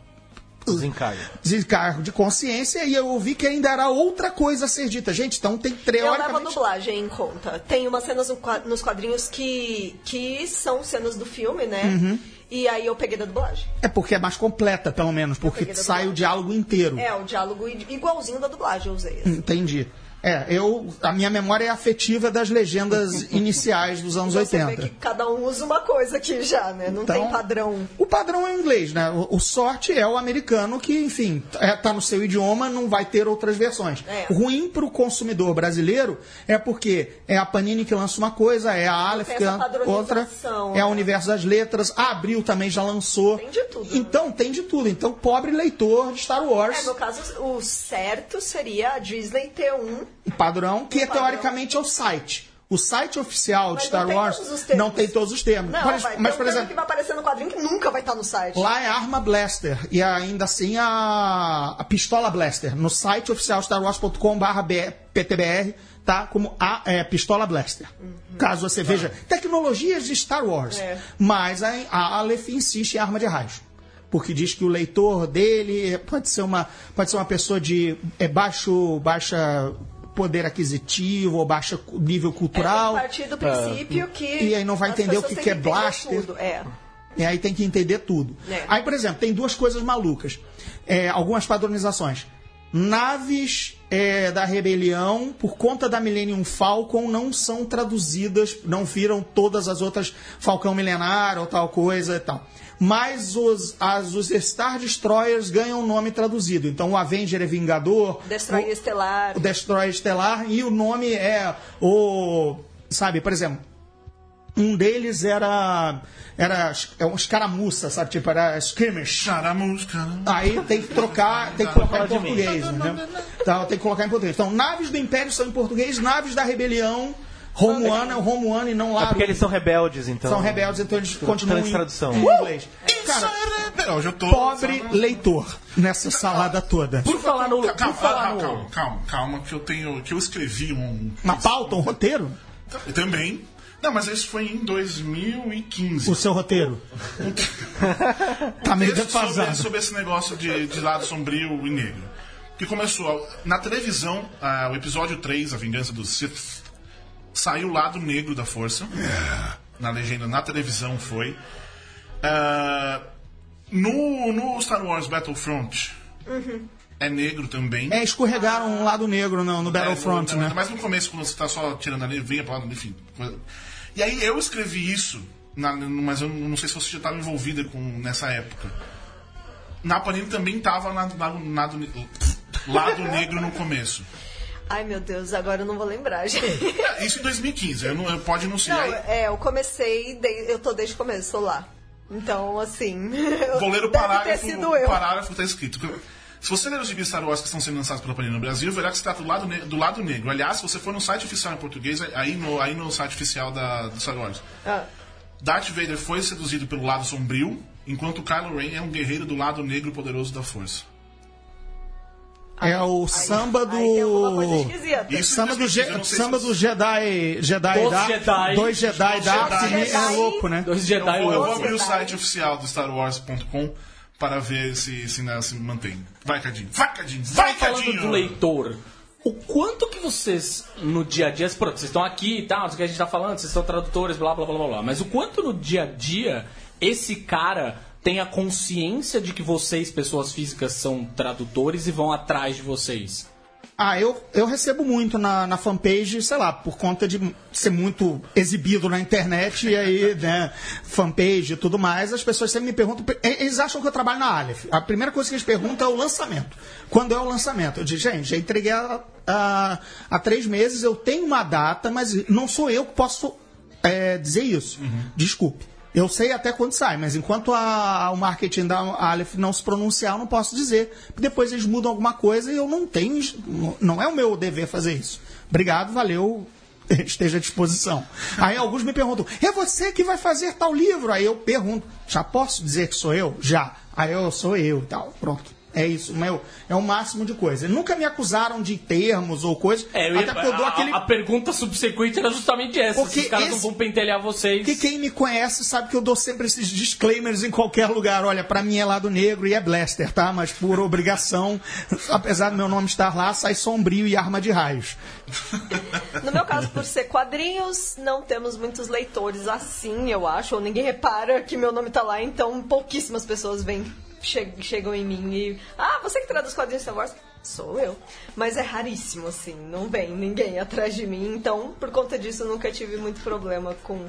S3: Desencargo.
S7: desencargo de consciência e eu ouvi que ainda era outra coisa a ser dita. Gente, então tem
S6: Eu levo a
S7: teoricamente...
S6: dublagem em conta. Tem umas cenas no qua- nos quadrinhos que, que são cenas do filme, né? E aí eu peguei da dublagem.
S7: É porque é mais completa, pelo menos, porque
S6: Peguei da
S7: sai o
S6: dublagem.
S7: diálogo inteiro.
S6: É, o diálogo i- igualzinho da dublagem eu usei.
S7: Hum,
S6: assim.
S7: Entendi. É, eu, a minha memória é afetiva das legendas iniciais dos anos
S6: Você vê
S7: 80.
S6: que cada um usa uma coisa aqui já, né? Não tem padrão.
S7: Então, O padrão é o inglês, né? O, o sorte é o americano que, enfim, t- é, tá no seu idioma, não vai ter outras versões.
S6: É.
S7: Ruim pro consumidor brasileiro é porque é a Panini que lança uma coisa, é a Aleph
S6: tem
S7: que
S6: essa
S7: lança outra,
S6: padronização,
S7: é o
S6: né?
S7: universo das letras, a Abril também já lançou.
S6: Tem de tudo, né?
S7: Então, tem de tudo. Então, pobre leitor de Star
S6: É,
S7: Wars,
S6: no caso, o certo seria a Disney ter um.
S7: um padrão, que
S6: padrão.
S7: teoricamente é o site. O site oficial de
S6: Mas
S7: Star
S6: não tem
S7: Wars
S6: todos os termos.
S7: não tem todos os termos.
S6: Não,
S7: mas,
S6: vai ter
S7: mas,
S6: um
S7: por
S6: termo
S7: exemplo,
S6: que vai aparecer no quadrinho que nunca vai estar no site.
S7: Lá é arma blaster e ainda assim a, a pistola blaster. No site oficial starwars.com/ptbr tá como a é, pistola blaster. Caso você veja tecnologias de Star Wars,
S6: Tá. É.
S7: mas a, a Aleph insiste em arma de raio. Porque diz que o leitor dele pode ser uma, pode ser uma pessoa de é, baixo, baixa poder aquisitivo ou baixo cu- nível
S6: É, tem que
S7: cultural.
S6: partir do princípio que.
S7: ah, E aí não vai
S6: as
S7: entender o
S6: pessoas têm
S7: que que é
S6: entender
S7: blaster.
S6: tudo, É.
S7: E aí tem que entender tudo.
S6: É.
S7: Aí, por exemplo, tem duas coisas malucas. É, algumas padronizações. Naves é, da rebelião, por conta da Millennium Falcon, não são traduzidas, não viram todas as outras Falcão Milenar ou tal coisa e tal. Mas os, as, os Star Destroyers ganham o nome traduzido. Então o Avenger é Vingador.
S6: Destroyer
S7: o-
S6: Estelar.
S7: o Destroyer Estelar e o nome é o. Sabe, por exemplo, um deles era. Era é um escaramuça, sabe? Tipo, era skirmish.
S4: Caramus, cara.
S7: Aí tem que trocar, tem que colocar em português, entendeu? Então, tem que colocar em português. Então, naves do Império são em português, naves da rebelião. Romuana é o Romuana e não lá.
S3: É porque eles são rebeldes, então.
S7: são rebeldes, então eles continuam em,
S3: Transtradução.
S7: em inglês.
S4: Isso
S7: Cara,
S4: é rebelde. Hoje eu tô.
S7: pobre leitor nessa salada toda.
S1: Por falar no.
S4: Calma,
S1: Por
S4: calma,
S1: falar
S4: calma,
S1: no.
S4: calma, calma, calma, que eu tenho. Que eu escrevi um.
S7: Uma pauta, um roteiro?
S4: Também. Não, mas isso foi em 2015.
S7: O seu roteiro. tá meio
S4: Texto sobre,
S7: defasado.
S4: sobre esse negócio de, de lado sombrio e negro. Que começou a- na televisão, ah, o episódio 3, A Vingança dos Sith, saiu o lado negro da força. Na legenda, na televisão foi. Ah, no, no Star Wars Battlefront é negro também.
S7: É, escorregaram um lado negro no, no Battlefront,
S4: É, no-
S7: né?
S4: Mas no começo, quando você tá só tirando a levinha pra lá, enfim. coisa- E aí eu escrevi isso, na- no- mas eu não sei se você já estava envolvida com, nessa época. Na Panini também tava na, na- na do ne- lado negro no começo.
S6: Ai, meu Deus, agora eu não vou lembrar, gente.
S4: É, Isso em 2015, eu, não, eu pode não ser.
S6: Não,
S4: Aí,
S6: é, eu comecei, de- eu tô desde o começo, tô lá. Então, assim. eu-
S4: vou ler o
S6: deve ter
S4: parágrafo.
S6: sido
S4: O
S6: eu.
S4: parágrafo tá escrito. Se você ler os gibis Star Wars que estão sendo lançados pela Panini no Brasil, verá que se trata do lado, ne- do lado negro. Aliás, se você for no site oficial em português, é aí no, aí no site oficial da, do Star Wars,
S6: Ah,
S4: Darth Vader foi seduzido pelo lado sombrio, enquanto Kylo Ren é um guerreiro do lado negro poderoso da força.
S7: É o samba
S6: aí tem alguma coisa
S7: do.
S6: esquisita.
S4: Isso
S7: Samba do,
S4: Eu
S7: Je
S4: não sei
S7: samba
S4: se-
S7: do Jedi. Jedi
S1: Dos
S7: Dark.
S1: Jedi.
S7: Dois Jedi
S4: Dos
S7: Dark.
S4: Jedi.
S7: É louco, né?
S1: Dois
S4: Eu
S1: Jedi
S4: vou, eu vou
S1: loucos.
S4: abrir o site oficial do StarWars.com para ver se, se, né, se mantém. Vai, Cadinho. Vai, Cadinho. Vai,
S1: Vai falando
S4: Cadinho.
S1: do leitor. O quanto que vocês, no dia a dia, pronto, vocês estão aqui e tal, o que a gente tá falando, vocês são tradutores, blá blá blá blá blá. Mas o quanto no dia a dia esse cara tem a consciência de que vocês, pessoas físicas, são tradutores e vão atrás de vocês?
S7: Ah, eu, eu recebo muito na, na fanpage, sei lá, por conta de ser muito exibido na internet e aí, né, fanpage e tudo mais, as pessoas sempre me perguntam, e- eles acham que eu trabalho na Aleph. A primeira coisa que eles perguntam é o lançamento. Quando é o lançamento? Eu digo, gente, já entreguei há- há há três meses, eu tenho uma data, mas não sou eu que posso é, dizer isso.
S1: Uhum.
S7: Desculpe. Eu sei até quando sai, mas enquanto a- o marketing da Aleph não se pronunciar, eu não posso dizer. Depois eles mudam alguma coisa e eu não tenho. Não é o meu dever fazer isso. Obrigado, valeu. Esteja à disposição. Aí alguns me perguntam: é você que vai fazer tal livro? Aí eu pergunto: já posso dizer que sou eu? Já. Aí eu sou eu e tal. Pronto. É isso, meu, é o máximo de coisa. Nunca me acusaram de termos ou coisa.
S1: É, eu ia-
S7: até porque eu dou
S1: a,
S7: aquele.
S1: a pergunta subsequente era justamente essa.
S7: Porque
S1: se os caras não
S7: esse-
S1: vão pentelhar vocês.
S7: Porque quem me conhece sabe que eu dou sempre esses disclaimers em qualquer lugar. Olha, pra mim é lado negro e é blaster, tá? Mas por obrigação, apesar do meu nome estar lá, sai sombrio e arma de raios.
S6: No meu caso, por ser quadrinhos, não temos muitos leitores assim, eu acho. Ou ninguém repara que meu nome tá lá, então pouquíssimas pessoas vêm, che- chegam em mim e. Ah, você que traduz quadrinhos de Star Wars? Sou eu. Mas é raríssimo, assim. Não vem ninguém atrás de mim. Então, por conta disso, eu nunca tive muito problema com,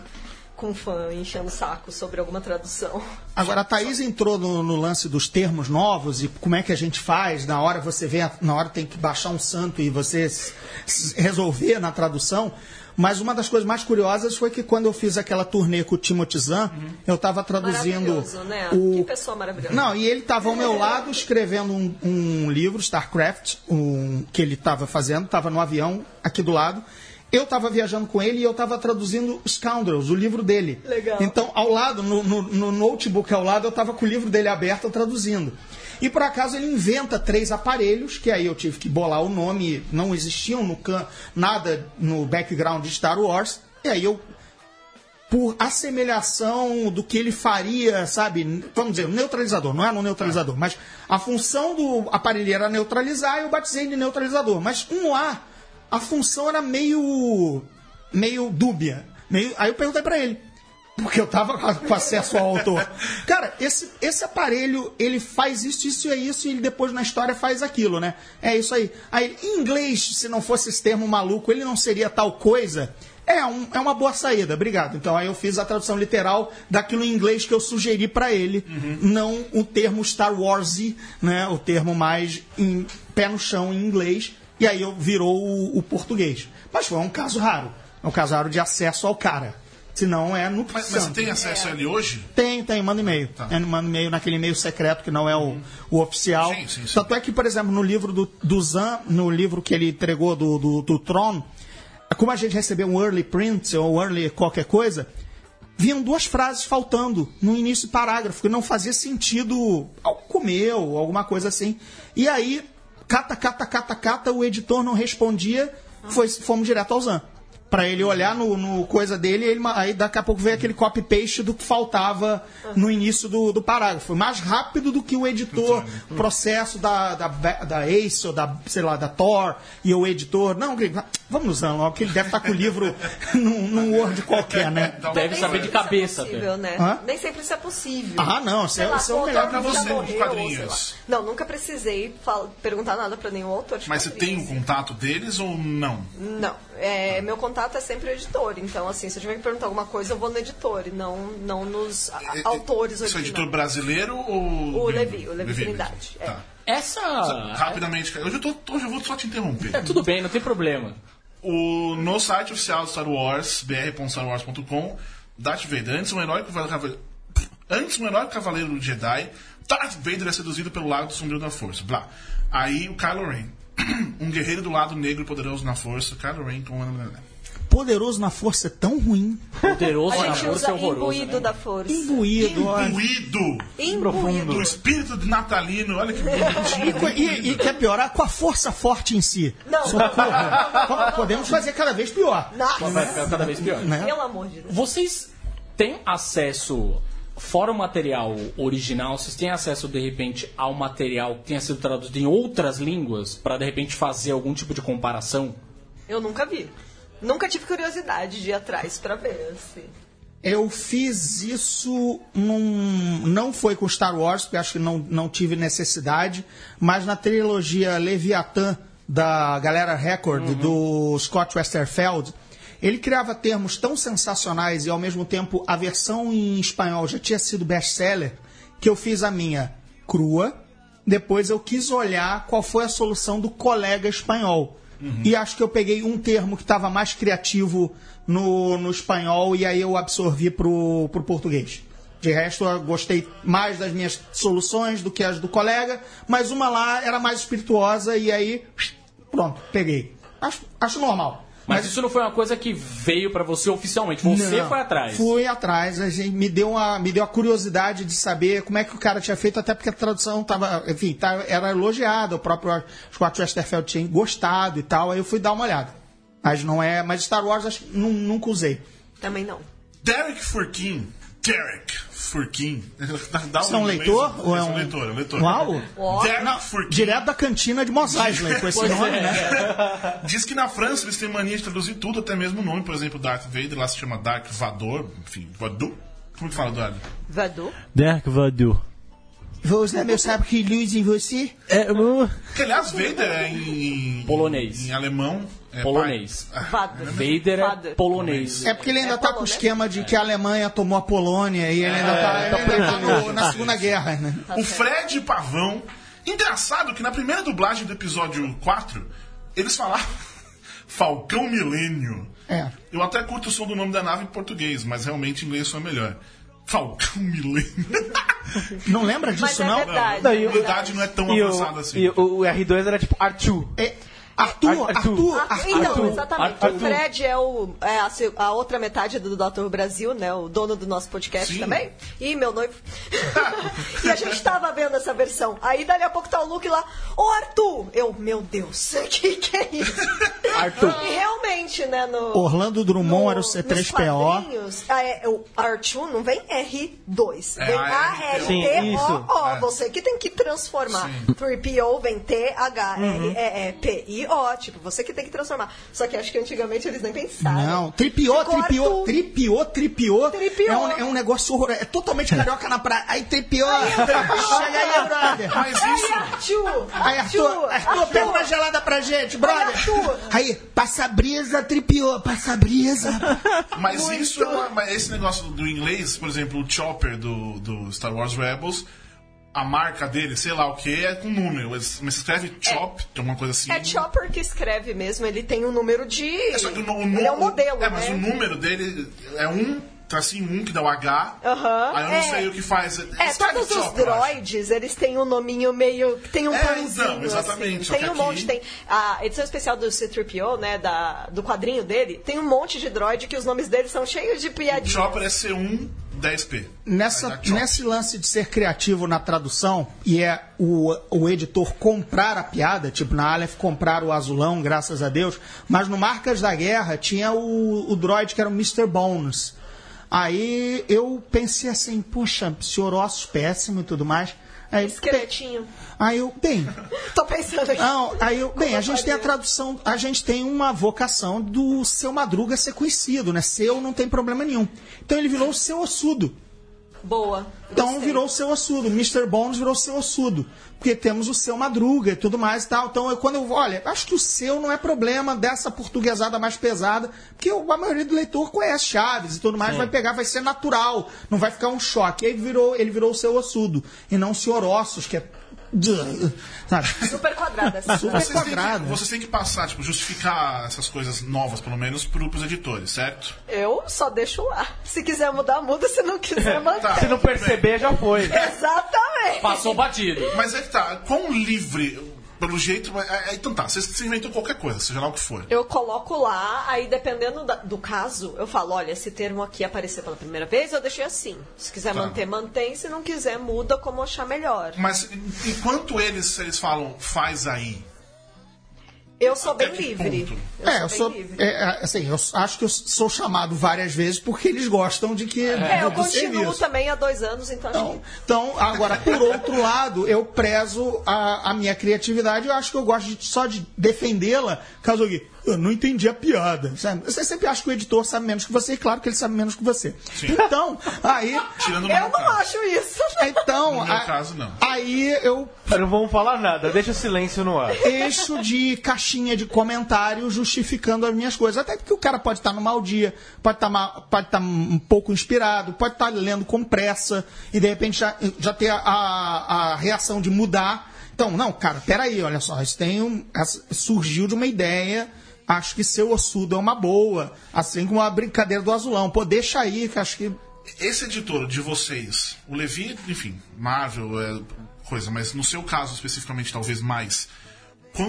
S6: com fã enchendo o saco sobre alguma tradução.
S7: Agora, a Thaís entrou no, no lance dos termos novos e como é que a gente faz. Na hora você vê, a- na hora tem que baixar um santo e você s- s- resolver na tradução. Mas uma das coisas mais curiosas foi que quando eu fiz aquela turnê com o Timothy Zahn, eu estava traduzindo
S6: Uhum. Maravilhoso, né? Que
S7: o
S6: pessoa maravilhosa.
S7: não, e ele estava ao meu lado escrevendo um, um livro, StarCraft, um, que ele estava fazendo, estava no avião aqui do lado. Eu estava viajando com ele e eu estava traduzindo Scoundrels, o livro dele.
S6: Legal.
S7: Então, ao lado, no, no- no notebook ao lado, eu estava com o livro dele aberto traduzindo. E por acaso ele inventa três aparelhos, que aí eu tive que bolar o nome, não existiam no can, nada no background de Star Wars. E aí eu por assemelhação do que ele faria, sabe? Vamos dizer, neutralizador. Não era um neutralizador, mas a função do aparelho era neutralizar e eu batizei de neutralizador. Mas um A, a função era meio. meio dúbia. Meio... Aí eu perguntei pra ele. Porque eu tava com a- com acesso ao autor. Cara, esse, esse aparelho, ele faz isso, isso e isso, e ele depois na história faz aquilo, né? É isso aí. Aí, em inglês, se não fosse esse termo maluco, ele não seria tal coisa. É, um- é uma boa saída, obrigado. Então aí eu fiz a tradução literal daquilo em inglês que eu sugeri pra ele, não o termo Star Wars, né? O termo mais em- pé no chão em inglês, e aí eu virou o, o português. Mas foi um caso raro. É um caso raro de acesso ao cara. Se não é no
S4: Mas, mas você tem Tá. acesso a ele hoje?
S7: tem, tem, manda e-mail. É, manda e-mail naquele e-mail secreto que não é o, o oficial.
S4: Uhum. Sim, sim, sim.
S7: Tanto é que, por exemplo, no livro do, do Zan, no livro que ele entregou do, do, do Tron, como a gente recebeu um early print ou um early qualquer coisa, vinham duas frases faltando no início do parágrafo, que não fazia sentido ao comer ou alguma coisa assim. E aí, cata, cata, cata, cata, o editor não respondia, foi, fomos direto ao Zan. Pra ele olhar no, no coisa dele, ele, ma- aí daqui a pouco veio aquele copy-paste do que faltava no início do, do parágrafo. Foi Mais rápido do que o editor, o processo da, da, Be- da Ace ou da, sei lá, da Thor e o editor. Não, Gringo, vamos usando logo, que ele deve estar com o livro num, num Word qualquer, né?
S4: Dá uma
S1: Deve
S4: coisa.
S1: saber de
S6: sempre isso é
S1: cabeça,
S6: possível, né?
S7: Hã?
S6: Nem sempre isso é possível.
S7: Ah, não, isso é-
S6: Sei lá,
S7: isso é o
S6: com
S7: melhor
S6: autor
S7: pra
S6: que já
S4: você, de
S6: morreu,
S4: quadrinhos.
S6: ou sei lá. Não, nunca precisei fal- perguntar nada pra nenhum autor de
S4: Mas você tem um o
S6: quadrinhos.
S4: contato deles ou não?
S6: Não. É, meu contato é sempre o editor. Então, assim, se eu tiver que perguntar alguma coisa, eu vou no editor e não, não nos a-
S4: É, é,
S6: autores
S4: Isso é
S6: originais.
S4: editor brasileiro ou.
S6: O
S4: gringo?
S6: Levi, o Levi Trindade, é.
S4: Tá.
S1: Essa.
S4: Rapidamente, cara. Hoje eu, tô- hoje eu vou só te interromper.
S1: É, tudo bem, não tem problema.
S4: O, no site oficial do Star Wars, br.starwars.com, Darth Vader, antes um heróico cavaleiro, antes um heróico cavaleiro Jedi, Darth Vader é seduzido pelo lado sombrio da força. Blá. Aí o Kylo Ren, um guerreiro do lado negro e poderoso na força, Kylo Ren com
S7: Poderoso na força é tão ruim.
S1: Poderoso
S6: A
S1: na
S6: gente
S1: força
S6: usa
S1: é horroroso.
S6: imbuído
S1: né?
S6: da força.
S7: Imbuído, olha.
S4: Imbuído
S6: Imbuído.
S4: do espírito de natalino, olha que
S7: E,
S4: bonitinho.
S7: co- e, e quer piorar com a força forte em si.
S6: Não.
S7: Só que, porra, Podemos fazer cada vez pior.
S1: Vai
S6: Nossa,
S1: ficar cada vez pior.
S7: Né?
S6: pelo amor de Deus.
S1: Vocês têm acesso, fora o material original, vocês têm acesso de repente ao material que tenha sido traduzido em outras línguas pra de repente fazer algum tipo de comparação?
S6: Eu nunca vi. Nunca tive curiosidade de ir atrás pra ver, assim.
S7: Eu fiz isso num. Não foi com Star Wars, porque acho que não, não tive necessidade, mas na trilogia Leviathan da Galera Record, do Scott Westerfeld, ele criava termos tão sensacionais e ao mesmo tempo a versão em espanhol já tinha sido best-seller, que eu fiz a minha crua, depois eu quis olhar qual foi a solução do colega espanhol. E acho que eu peguei um termo que estava mais criativo no, no espanhol e aí eu absorvi pro, pro português. De resto, eu gostei mais das minhas soluções do que as do colega, mas uma lá era mais espirituosa e aí, pronto, peguei. Acho, acho normal.
S1: Mas isso não foi uma coisa que veio pra você oficialmente. Você
S7: Não,
S1: foi atrás.
S7: Fui atrás. A gente me deu uma, me deu a curiosidade de saber como é que o cara tinha feito, até porque a tradução tava, enfim, tá- era elogiada. O próprio Scott Westerfeld tinha gostado e tal. Aí eu fui dar uma olhada. Mas não é. Mas Star Wars acho que nu- nunca usei.
S6: Também não.
S4: Derek Furkin. Derek Furkin. Dá
S7: Isso é um
S4: inglês,
S7: leitor?
S4: né?
S7: Ou é
S4: Esse
S7: um-
S4: leitor, é um leitor.
S7: Uau!
S4: Derek
S7: Não,
S4: Furkin.
S7: direto da cantina de Mos Eisley, com esse
S1: Pois
S7: nome,
S1: é.
S7: né?
S4: Diz que na França eles têm mania de traduzir tudo, até mesmo o nome. Por exemplo, Darth Vader lá se chama Dark Vador. Enfim, Vadu. Como que fala, Eduardo?
S6: Vadu?
S5: Derek Vadu.
S7: Vou usar né, meu sabre que luz em você.
S5: É, uh,
S4: Que, aliás, Vader é em... em-
S1: Polonês.
S4: Em alemão. É
S1: Polonês.
S4: pai- Ah,
S6: Vado.
S1: Vader é
S6: Vader.
S1: polonês.
S7: É porque ele ainda
S6: É
S7: tá com o
S6: Polônia?
S7: esquema de que a Alemanha tomou a Polônia e ele ainda
S1: É,
S7: tá, ele ainda tá no- na Segunda Guerra, né?
S4: o Fred Pavão. Engraçado que na primeira dublagem do episódio 4, eles falaram Falcão Milênio.
S7: É.
S4: Eu até curto o som do nome da nave em português, mas realmente em inglês só é melhor. Falcão Milênio.
S7: Não lembra disso,
S6: Mas é
S7: não?
S6: verdade.
S3: Não,
S4: A
S3: e o-
S4: verdade não é tão
S3: E,
S4: avançada
S3: o,
S4: assim.
S3: e o, o R2 era tipo R2.
S7: É, Arthur,
S3: Ar-
S7: Arthur,
S3: Arthur.
S6: Ah,
S7: Arthur.
S6: então,
S3: Arthur.
S6: exatamente.
S3: Arthur.
S6: O Fred é, o, é a, se- a outra metade do Dr. Brasil, né? O dono do nosso podcast
S4: Sim.
S6: também. E meu noivo. e a gente tava vendo essa versão. Aí dali a pouco tá o Luke lá, ô Arthur! Eu, meu Deus, que que é isso?
S1: Arthur.
S6: E realmente, né, no.
S7: Orlando Drummond
S6: no-
S7: era o
S6: nos
S7: C3PO.
S6: quadrinhos, Ah, é, o Arthur não vem R2.
S4: É,
S6: Vem
S4: ARTO.
S3: Sim, isso.
S6: A-R-T-O-O.
S4: É.
S6: Você que tem que transformar. 3PO vem
S7: Uhum.
S6: é, T-H-R-E-P-I-O. Tipo, você que tem que transformar. Só que acho que antigamente eles nem pensaram.
S7: Não, tripiô,
S6: Ficou
S7: tripiô,
S6: Arthur.
S7: tripiô, tripiô.
S6: Tripiô.
S7: É um, é um negócio horroroso. É totalmente carioca na praia. Aí tripiô. Chega aí, brother.
S4: Mas
S6: Aí,
S4: isso.
S6: Arthur!
S7: Aí, Arthur, Arthur, pega uma gelada pra gente, brother.
S6: Arthur.
S7: Aí, passa a brisa, tripiô, passa a brisa.
S4: Mas isso é uma- mas esse negócio do inglês, por exemplo, o Chopper do, do Star Wars Rebels, a marca dele, sei lá o que, é com número. Eles- Mas se escreve Chop, tem alguma coisa assim.
S6: É Chopper que escreve mesmo, ele tem um número de.
S4: É, só que o, nu- o, nu-
S6: ele é um modelo,
S4: É, mas
S6: né?
S4: o número dele é um, tracinho um que dá o H.
S6: Aham,
S4: aí eu não
S6: é.
S4: sei o que faz.
S6: É,
S4: Escreve
S6: todos os
S4: Chopper, eu acho.
S6: droids, eles têm um nominho meio. Tem um
S4: É,
S6: pãozinho,
S4: então, exatamente, só
S6: assim.
S4: que
S6: Tem um
S4: aqui-
S6: monte, tem. A edição especial do C3PO, né? Da, do quadrinho dele, tem um monte de droid que os nomes deles são cheios de piadinha.
S4: Chopper é C1, 10P. Aí
S7: Nessa,
S4: dá Chop.
S7: nesse lance de ser criativo na tradução, e é o, o editor comprar a piada, tipo na Aleph comprar o azulão, graças a Deus, mas no Marcas da Guerra tinha o, o droid que era o Mr. Bones. Aí eu pensei assim, puxa, senhor osso péssimo e tudo mais. Aí,
S6: Esqueletinho.
S7: aí eu, bem,
S6: Tô pensando aqui.
S7: não, aí eu, bem, a
S6: eu
S7: gente
S6: faria?
S7: tem a tradução, a gente tem uma vocação do seu Madruga ser conhecido, né? Seu não tem problema nenhum. Então ele virou o seu ossudo.
S6: Boa.
S7: Então
S6: gostei.
S7: virou o seu ossudo, Mr. Bones virou o seu ossudo. Porque temos o seu madruga e tudo mais e tal. Então, eu, quando eu. Olha, acho que o seu não é problema dessa portuguesada mais pesada, porque o- a maioria do leitor conhece Chaves e tudo mais, vai pegar, vai ser natural, não vai ficar um choque. Aí virou, ele virou o seu ossudo, e não o senhor ossos, que é. Sabe?
S6: Super quadrada essa
S7: Super
S4: Vocês têm, que,
S7: quadrado.
S4: vocês têm que passar, tipo, justificar essas coisas novas, pelo menos, pro, pros editores, certo?
S6: Eu só deixo lá. Se quiser mudar, muda. Se não quiser, mantém.
S4: Tá. É.
S3: Se não perceber, já foi.
S6: Exatamente.
S1: Passou batido.
S4: Mas é que tá, quão livre, pelo jeito. é- é- então tá, vocês vocês inventam qualquer coisa, seja lá o que for.
S6: Eu coloco lá, aí dependendo da- do caso, eu falo, olha, esse termo aqui apareceu pela primeira vez, eu deixei assim. Se quiser
S4: Tá.
S6: manter, mantém. Se não quiser, muda como achar melhor.
S4: Mas enquanto eles, eles falam, faz aí.
S6: Eu sou bem
S4: Até que
S6: livre.
S4: ponto?
S6: Eu
S7: É, eu sou.
S6: bem livre.
S7: é, é, assim, eu acho que eu sou chamado várias vezes porque eles gostam de que.
S6: É, eu
S7: do
S6: continuo
S7: serviço.
S6: também há dois anos, então,
S7: Então,
S6: acho
S7: então, agora, por outro lado, eu prezo a, a minha criatividade. Eu acho que eu gosto de- só de defendê-la, caso alguém. Eu não entendi a piada. sabe? Você sempre acha que o editor sabe menos que você, e claro que ele sabe menos que você. Então, aí.
S4: Tirando o
S6: que... Eu
S4: meu
S6: não
S4: caso.
S6: acho isso.
S7: Então,
S4: No meu
S7: a-
S4: caso, não.
S7: aí eu
S3: Não vamos falar nada, deixa o silêncio no ar.
S7: eixo de caixinha de comentário justificando as minhas coisas. Até porque o cara pode estar no mau dia, pode estar, ma- pode estar um pouco inspirado, pode estar lendo com pressa e de repente já, já ter a, a- a reação de mudar. Então, não, cara, peraí, olha só, isso tem um, essa- surgiu de uma ideia. Acho que seu ossudo é uma boa, assim como a brincadeira do azulão. Pô, deixa aí, que acho que.
S4: Esse editor de vocês, o Levi, enfim, Marvel, é coisa, mas no seu caso especificamente, talvez mais. quão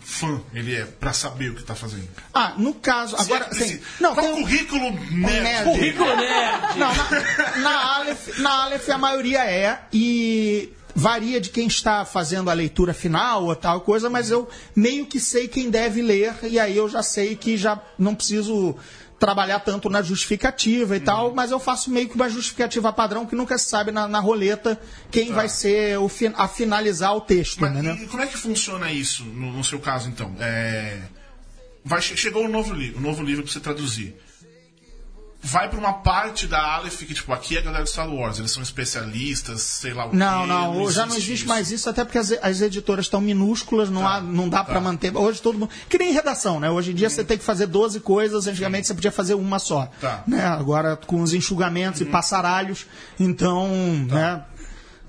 S4: fã ele é pra saber o que tá fazendo.
S7: Ah, no caso,
S4: Se
S7: agora
S4: é que
S7: tem.
S4: esse-
S7: Não,
S4: qual
S7: tem um-
S4: currículo nerd?
S7: nerd.
S4: é um
S1: Currículo nerd.
S7: Não, na, na, Aleph, na Aleph a maioria é e varia de quem está fazendo a leitura final ou tal coisa, mas eu meio que sei quem deve ler e aí eu já sei que já não preciso trabalhar tanto na justificativa e tal, mas eu faço meio que uma justificativa padrão que nunca se sabe na, na roleta quem vai ser o fi- a finalizar o texto,
S4: Tá. Mas,
S7: né, né?
S4: e como é que funciona isso no, no seu caso, então? É, vai, che- chegou um novo, li, um novo livro pra você traduzir. Vai pra uma parte da Aleph que, tipo, aqui é a galera do Star Wars, eles são especialistas, sei lá o
S7: Não,
S4: quê.
S7: não, já não existe mais isso, Tá. até porque as, as editoras estão minúsculas, não, há, não dá pra manter. Hoje todo mundo. Que nem redação, né? Hoje em dia você tem que fazer 12 coisas, antigamente você podia fazer uma só.
S4: Tá.
S7: Né? Agora com os enxugamentos e passaralhos, então, né?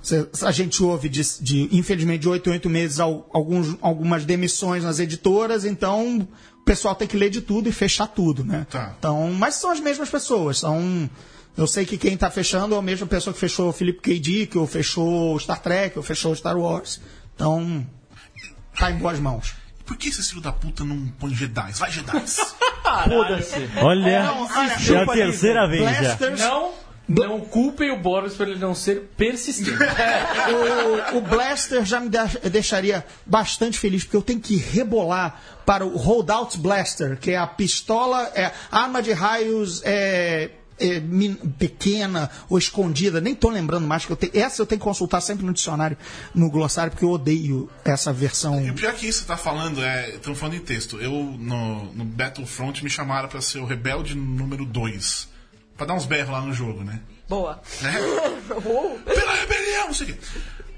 S7: cê- A gente houve, de, de, infelizmente, de oito em oito meses al- alguns, algumas demissões nas editoras, então o pessoal tem que ler de tudo e fechar tudo, né?
S4: Tá.
S7: Então, mas são as mesmas pessoas, são. Eu sei que quem tá fechando é a mesma pessoa que fechou o Philip K. Dick, ou fechou o Star Trek, ou fechou o Star Wars. Então, tá em boas mãos.
S4: Por que esse filho da puta não põe Jedi? Vai, Jedi!
S1: Foda-se.
S5: Olha,
S7: olha,
S5: é a terceira vez já.
S7: Blasters,
S1: Não, não culpem o Boris por ele não ser persistente.
S7: o, o Blaster já me de- deixaria bastante feliz, porque eu tenho que rebolar para o Holdout Blaster, que é a pistola, é arma de raios é, é, min- pequena ou escondida, nem tô lembrando mais, que eu tenho, essa eu tenho que consultar sempre no dicionário, no glossário, porque eu odeio essa versão.
S4: E o pior que isso que você tá falando é. Estamos falando em texto. Eu, no, no Battlefront, me chamaram pra ser o rebelde número 2. Pra dar uns berros lá no jogo, né?
S6: Boa.
S7: Uh.
S4: né? Pela rebelião, não sei o quê.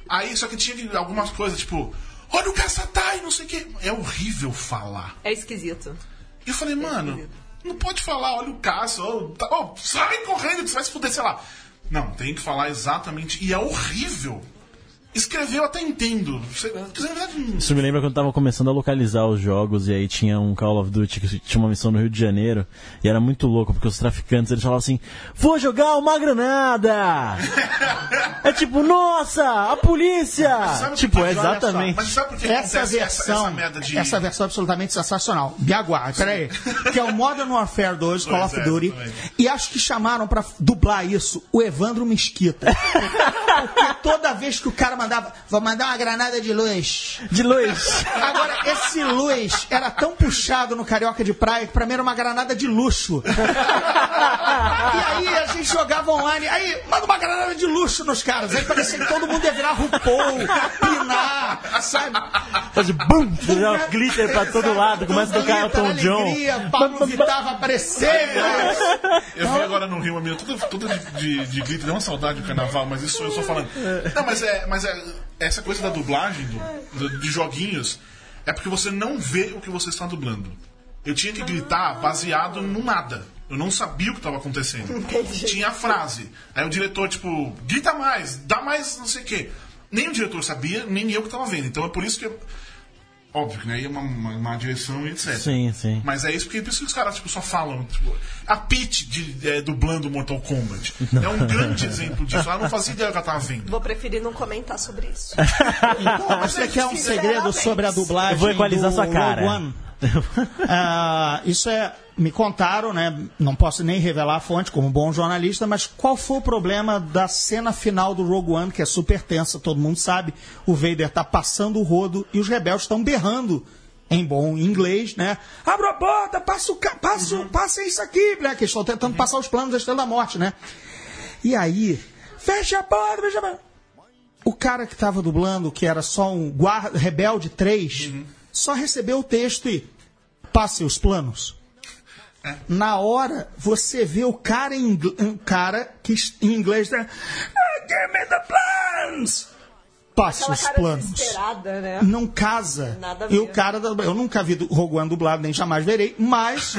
S4: Aí, só que tinha que- algumas coisas, tipo, olha o caçatai, não sei o quê. É horrível falar.
S6: É esquisito.
S4: E eu falei, mano, não pode falar, olha o caça, ó, tá- ó, sai correndo, que você vai se fuder, sei lá. Não, tem que falar exatamente. E é horrível. Escreveu até entendo. Você, na verdade, não-
S5: Isso me lembra quando eu tava começando a localizar os jogos e aí tinha um Call of Duty que tinha uma missão no Rio de Janeiro e era muito louco porque os traficantes eles falavam assim: "Vou jogar uma granada". é tipo, nossa, a polícia.
S3: Ah,
S4: sabe- tá
S5: Tipo, é
S4: mas olha só,
S5: exatamente.
S4: Mas sabe por que
S7: Essa
S4: acontece
S7: versão,
S4: essa,
S7: essa,
S4: essa merda de.
S7: versão é absolutamente sensacional. Me aguarde, peraí. Que é o Modern Warfare 2, Call
S4: Pois
S7: of
S4: é,
S7: Duty.
S4: exatamente.
S7: E acho que chamaram pra dublar isso o Evandro Mesquita. Porque toda vez que o cara mandava, vou mandar uma granada de luz.
S5: De luz.
S7: Agora, esse luz era tão puxado no Carioca de Praia que pra mim era uma granada de luxo. E aí a gente jogava online. Aí, manda uma granada de luxo nos caras. Aí parecia que todo mundo ia virar RuPaul, pinar, sabe?
S5: Faz bum, joga glitter pra todo lado, começa a tocar
S7: Glitter,
S5: Elton John.
S7: alegria, Pablo Vittar vai aparecer. né?
S4: Eu vi agora no Rio uma menina toda, toda de, de, de glitter, deu uma saudade do carnaval, mas isso eu só falando. Não, mas é, mas é essa coisa da dublagem do- do- de joguinhos é porque você não vê o que você está dublando. Eu tinha que gritar baseado no nada. Eu não sabia o que estava acontecendo. Tinha a frase. Aí o diretor, tipo, grita mais, dá mais não sei o quê. Nem o diretor sabia, nem eu que estava vendo. Então é por isso que. eu- Óbvio que né? aí é uma, uma, uma direção e etc.
S5: Sim, sim.
S4: Mas é isso porque por isso que os caras tipo, só falam. Tipo, a Pete de, é, dublando Mortal Kombat é um grande exemplo disso. Ela não fazia ideia do que ela tava vendo.
S6: Vou preferir não comentar sobre isso.
S7: É, Você quer um segredo sobre a dublagem?
S5: Eu vou equalizar
S7: do
S5: sua cara.
S7: Rogue One? Ah, isso é. Me contaram, né? Não posso nem revelar a fonte como bom jornalista, mas qual foi o problema da cena final do Rogue One, que é super tensa, todo mundo sabe. O Vader tá passando o rodo e os rebeldes estão berrando em bom inglês, né? Abra a porta, passa, o ca- passa, o- passa isso aqui, né? Que eles estão tentando passar os planos da Estrela da Morte, né? E aí, fecha a porta, fecha a porta. O cara que tava dublando, que era só um guarda, rebelde 3, só recebeu o texto e passe os planos. Na hora, você vê o cara em, ingl- um cara que es- em inglês tá. "Ah, Give me the plans! Passe
S6: Aquela
S7: os
S6: cara
S7: planos.
S6: desesperada, né?
S7: Não casa.
S6: Nada a
S7: e o
S6: ver.
S7: cara. da- Eu nunca vi do- Rogue One dublado, nem jamais verei, mas.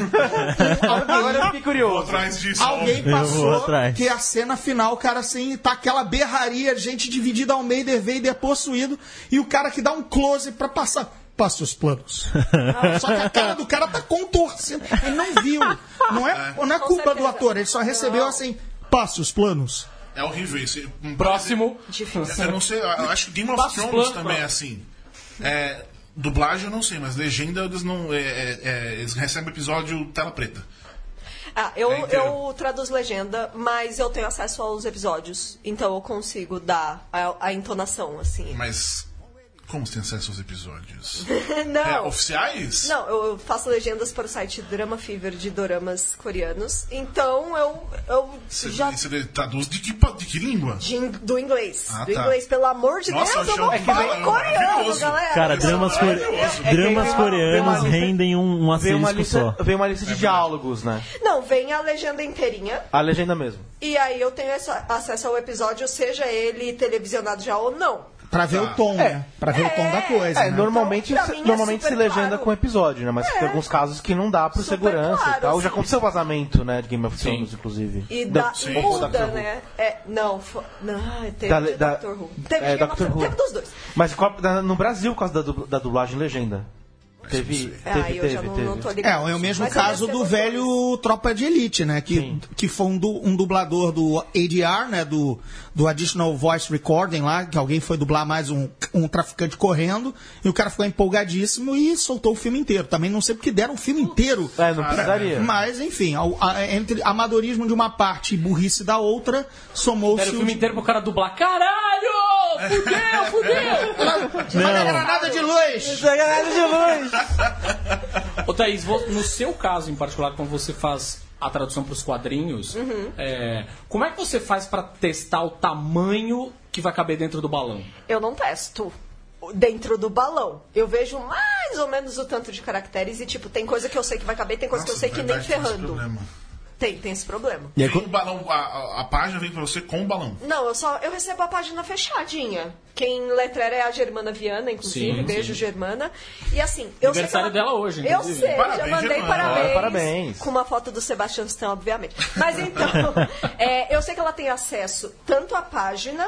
S7: Agora eu fiquei curioso.
S4: Vou atrás disso.
S7: Alguém
S5: Eu vou
S7: passou
S5: atrás.
S7: que a cena final, o cara assim, tá aquela berraria, gente dividida ao meio, Vader possuído, e o cara que dá um close pra passar. Passa os planos. Só que a cara do cara tá contorcendo. Ele não viu. Não é, não é
S6: Com
S7: culpa do
S6: certeza.
S7: ator, ele só recebeu assim. Passa os planos.
S4: É horrível isso. Um-
S1: Próximo.
S4: Eu não sei, eu acho que Game of
S1: Passa o
S4: Thrones
S1: plano,
S4: também é
S1: pronto.
S4: assim. É, Dublagem eu não sei, mas legenda eles não. é- é- é, eles recebem episódio tela preta.
S6: Ah, eu,
S4: É inteiro.
S6: eu traduzo legenda, mas eu tenho acesso aos episódios. Então eu consigo dar a, a entonação, assim.
S4: Mas. Como você tem acesso aos episódios? É,
S6: Não.
S4: oficiais?
S6: Não, eu faço legendas para o site Drama Fever de doramas coreanos. Então eu, eu
S4: Você,
S6: já.
S4: você traduz de que, pa- de que língua?
S6: de in- do inglês.
S4: Ah,
S6: do
S4: tá.
S6: inglês, pelo amor de
S4: Nossa,
S6: Deus,
S4: o
S6: eu não
S4: show- é que
S6: falo
S4: vem-
S6: coreano,
S4: maravilhoso.
S6: galera.
S5: Cara,
S6: Isso
S5: dramas,
S6: não é-
S5: core-
S4: maravilhoso.
S6: É que
S5: dramas
S6: vem uma-
S5: coreanos
S6: vem uma-
S5: rendem um, um
S3: Vem uma
S5: asterisco
S3: lista,
S5: só.
S3: vem uma
S4: É
S3: lista de diálogos, né?
S6: Não, vem a legenda inteirinha.
S3: A legenda mesmo.
S6: E aí eu tenho essa- acesso ao episódio, seja ele televisionado já ou não.
S7: Pra ver o tom,
S5: É.
S7: né? Pra ver o tom da coisa.
S3: É,
S7: né?
S3: normalmente,
S6: pra
S3: se-
S6: mim é
S3: normalmente se
S6: super
S3: legenda
S6: claro.
S3: com episódio, né? Mas
S6: É.
S3: tem alguns casos que não dá por
S6: Super
S3: segurança
S6: claro,
S3: e tal. Já
S6: sim.
S3: aconteceu vazamento, né, de Game of Thrones, inclusive.
S6: E
S3: Da-
S6: da,
S4: sim.
S3: Ou
S6: muda,
S3: Doctor Who.
S6: né? É, não, fo- não, ah, é teve
S3: Da-
S6: de
S3: da-
S6: Doctor Who. Teve,
S3: é,
S6: de Game of
S3: Doctor
S6: Thrones,
S3: Who.
S6: teve dos dois.
S3: Mas qual- da- no Brasil, por causa da, dubla- da dublagem legenda. Teve, teve,
S6: É, aí eu já
S3: teve,
S6: não,
S3: teve.
S6: não tô ligado.
S7: É, é o mesmo
S6: Mas eu
S7: caso
S6: recebo
S7: do
S6: os
S7: velho
S6: dois.
S7: Tropa de Elite, né? Que,
S3: Sim.
S7: que foi um, du- um dublador do ADR, né? Do, do Additional Voice Recording lá, que alguém foi dublar mais um, um traficante correndo, e o cara ficou empolgadíssimo e soltou o filme inteiro. Também não sei porque deram o filme inteiro.
S3: É, não precisaria.
S7: Mas, enfim, ao- a- entre amadorismo de uma parte e burrice da outra, somou-se
S1: Era o
S7: o
S1: filme
S7: de-
S1: inteiro pro cara dublar. Caralho! Fudeu, fudeu!
S7: Mas não era nada de luz!
S1: Ô Thaís, vo- no seu caso em particular, quando você faz a tradução para os quadrinhos, é, como é que você faz para testar o tamanho que vai caber dentro do balão?
S6: Eu não testo dentro do balão. Eu vejo mais ou menos o tanto de caracteres e, tipo, tem coisa que eu sei que vai caber, tem coisa que eu
S4: Nossa,
S6: sei que nem
S4: verdade, tem esse
S6: ferrando.
S4: problema.
S6: Tem, tem esse problema.
S5: E aí,
S4: Vem o balão, a, a- a página vem pra você com o balão.
S6: Não, eu só eu recebo a página fechadinha. Quem letrera é a Germana Viana, inclusive.
S1: Sim,
S6: Beijo,
S1: sim.
S6: Germana. E assim, eu sei que
S1: Aniversário dela hoje,
S6: Eu
S1: inclusive.
S6: sei, já
S4: Parabéns,
S6: mandei
S4: Germana.
S6: parabéns,
S3: Olha, Ah, parabéns.
S6: Com uma foto do Sebastião Stan, obviamente. Mas então, é, eu sei que ela tem acesso tanto à página.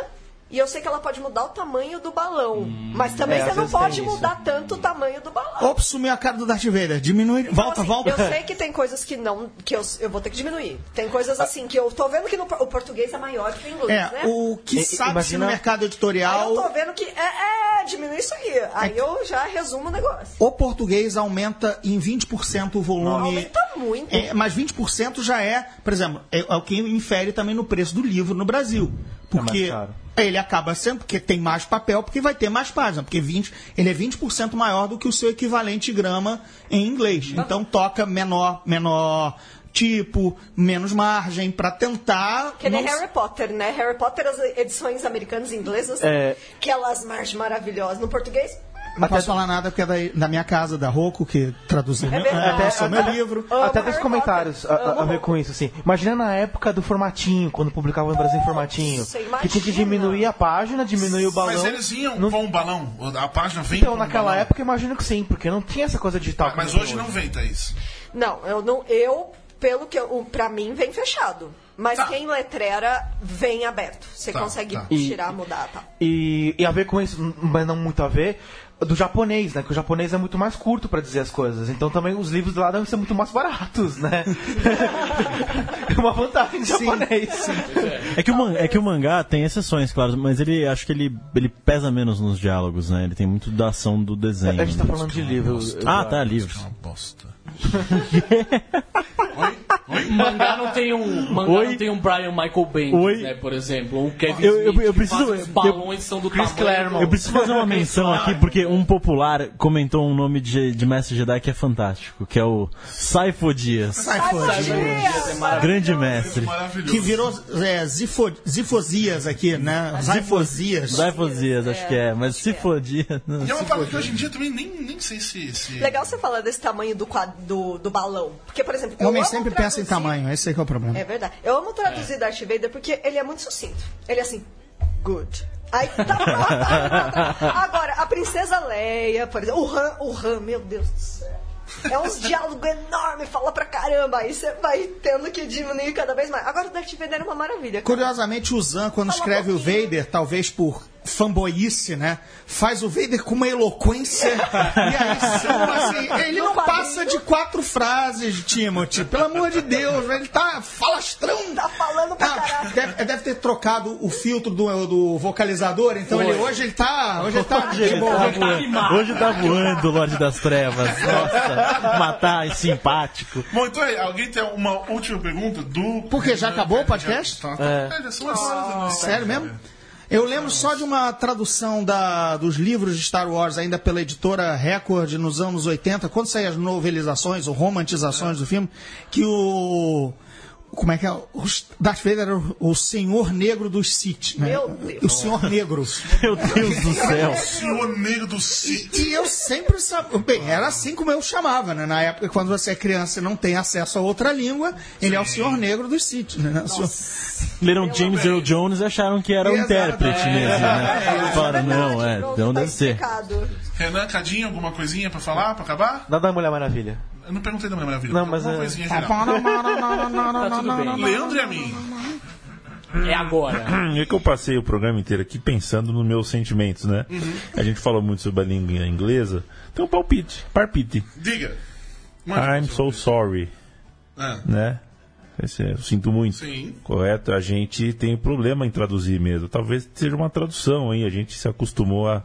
S6: E eu sei que ela pode mudar o tamanho do balão.
S1: Hum.
S6: mas também
S3: é,
S6: você
S3: às
S6: não
S3: vezes tem
S6: pode
S3: isso.
S6: mudar tanto o tamanho do balão.
S7: Ops, sumiu a cara do Darth Vader. Diminui.
S6: Então,
S7: Volta,
S6: assim,
S7: volta.
S6: Eu sei que tem coisas que não. que eu, eu vou ter que diminuir. Tem coisas assim que eu tô vendo que no por- o português é maior que o inglês,
S7: É,
S6: né?
S7: o que
S3: E- e-
S7: sabe se
S3: imagina-
S7: no mercado
S6: Aí eu
S7: editorial
S6: tô vendo que. É, é, diminui isso aí. Aí eu já resumo o negócio.
S7: o português aumenta em 20% o volume.
S6: Aumenta muito.
S7: É, mas 20% já é, por exemplo, é, é o que infere também no preço do livro no
S6: É
S7: Brasil.
S3: mais
S7: Porque
S3: caro.
S7: ele acaba sendo, porque tem mais papel, porque vai ter mais página. Porque 20, ele é 20% maior do que o seu equivalente grama em inglês. Então toca menor, menor tipo, menos margem, pra tentar.
S6: Que nem
S7: não-
S6: Harry Potter, né? Harry Potter, as edições americanas e inglesas,
S3: É.
S6: aquelas margens maravilhosas. No português,
S7: Não posso falar nada porque é da, da minha casa, da Roku, que traduziu meu,
S6: É verdade.
S7: até,
S3: Até-
S7: meu livro.
S6: Amo
S3: Até tem os
S6: Harry
S3: comentários a,
S6: Potter.
S3: a- a ver
S6: Amo.
S3: com isso, assim. Imagina na época do formatinho, quando publicava no Brasil em formatinho.
S6: Nossa,
S3: Que tinha que
S6: imagina.
S3: diminuir a página, diminuir o balão.
S4: Mas eles iam
S3: Não-
S4: com o balão. A página vem
S3: Então,
S4: com o
S3: naquela
S4: balão.
S3: época, eu imagino que sim, porque não tinha essa coisa digital.
S4: Ah,
S3: que
S4: Mas
S3: tem
S4: hoje não vem, Thaís.
S6: Não, eu não. Eu, pelo que eu, pra mim, vem fechado. Mas
S4: Tá.
S6: quem letrera, vem aberto. Você
S4: Tá,
S6: consegue
S4: tá.
S6: tirar, mudar, tá?
S3: E, e a ver com isso, n- mas não muito a ver, do japonês, né? Que o japonês é muito mais curto pra dizer as coisas. Então também os livros lá devem ser muito mais baratos, né? é uma vantagem do japonês.
S5: É que, o man- é que o mangá tem exceções, claro, mas ele acho que ele, ele pesa menos nos diálogos, né? Ele tem muito da ação do desenho.
S3: A gente tá
S5: né?
S3: falando de livros.
S5: Ah, tá, livros.
S4: é Uma bosta.
S1: Mangá não tem um, mangá
S5: Oi?
S1: não tem um Brian Michael Bendis,
S5: Oi?
S1: né, por exemplo, ou um Kevin
S5: Eu- eu-
S1: Smith,
S5: eu
S1: que
S5: preciso-
S1: fazem os
S5: eu-
S1: balões são do
S3: Chris
S1: tamanho
S3: Claremont.
S5: Eu preciso fazer uma menção aqui, porque um popular comentou um nome de, de mestre Jedi que é fantástico, que é o Saifo Dias.
S7: Sai fora.
S5: Grande mestre.
S4: Maravilhoso.
S7: Que virou é, zifo- zifosias aqui, né? Zifosias.
S5: Saifo Dias, acho que é, mas se for Dias. não.
S4: E é uma parada que hoje em dia também nem, nem sei se. se...
S6: Legal você falar desse tamanho do, quad- do, do balão. Porque, por exemplo, eu
S7: Homem
S6: amo
S7: sempre pensa em
S6: traduzir-
S7: tamanho, esse é que é o problema.
S6: É verdade. Eu amo traduzir Darth Vader porque ele é muito sucinto. Ele é assim, good. Aí tá pronto. Agora, a princesa Leia, por exemplo, o Han, o Han, meu Deus do céu. É uns diálogos enormes, fala pra caramba. Aí você vai tendo que diminuir cada vez mais. Agora o Darth Vader é uma maravilha.
S7: Curiosamente, o Zan,
S6: Fala
S7: quando
S6: um
S7: escreve o
S6: pouquinho.
S7: Vader, talvez por fanboyice, né? Faz o Vader com uma eloquência. e aí, são, assim, ele não passa de quatro frases, Timothy. Pelo amor de Deus, ele tá falastrão.
S6: Tá falando pra
S7: Ah,
S6: caralho.
S7: deve, deve ter trocado o filtro do, do vocalizador, então ele, hoje ele tá. Hoje ele tá.
S5: Hoje ele tá
S1: tá
S5: voando.
S1: animado.
S5: Hoje tá voando o Lorde das Trevas. Nossa, matar e simpático.
S4: Bom, então aí, alguém tem uma última pergunta do.
S7: Porque já acabou o podcast?
S4: Tá, tá. É, já são as horas da noite.
S7: Sério mesmo? Eu lembro só de uma tradução da, dos livros de Star Wars, ainda pela editora Record, nos anos 80, quando saíam as novelizações ou romantizações do filme, que o. Como é que é? O Darth Vader era o, o senhor negro dos Sith, né?
S6: Meu Deus.
S7: O senhor negro.
S5: Meu Deus do céu.
S4: Senhor Negro do Sítio.
S7: E, e eu sempre sabia. Bem, era assim como eu chamava, né? Na época, quando você é criança e não tem acesso a outra língua, ele é o senhor negro dos Sith, né?
S5: Leram James Earl Jones e acharam que era o
S7: Exato.
S5: intérprete mesmo, né? Falaram,
S6: Verdade,
S5: não, é,
S6: pronto,
S5: não
S6: tá
S5: deve ser.
S6: explicado.
S4: Renan, Cadinho, alguma coisinha pra falar, pra acabar?
S3: Dá da Mulher Maravilha.
S4: Eu não perguntei da Mulher Maravilha.
S3: Não, mas
S4: Alguma
S3: é-
S4: coisinha geral.
S1: Tá tudo
S7: Tá
S1: bem.
S4: Leandro e a mim.
S1: É agora.
S2: Hum, É que eu passei o programa inteiro aqui pensando nos meus sentimentos, né?
S7: Uhum.
S2: A gente falou muito sobre a língua inglesa. Então, palpite, palpite.
S4: Diga.
S2: I'm so sorry,
S4: Ah,
S2: né? Esse é- Eu sinto muito.
S4: Sim.
S2: Correto? A gente tem um problema em traduzir mesmo. Talvez seja uma tradução, hein? A gente se acostumou a,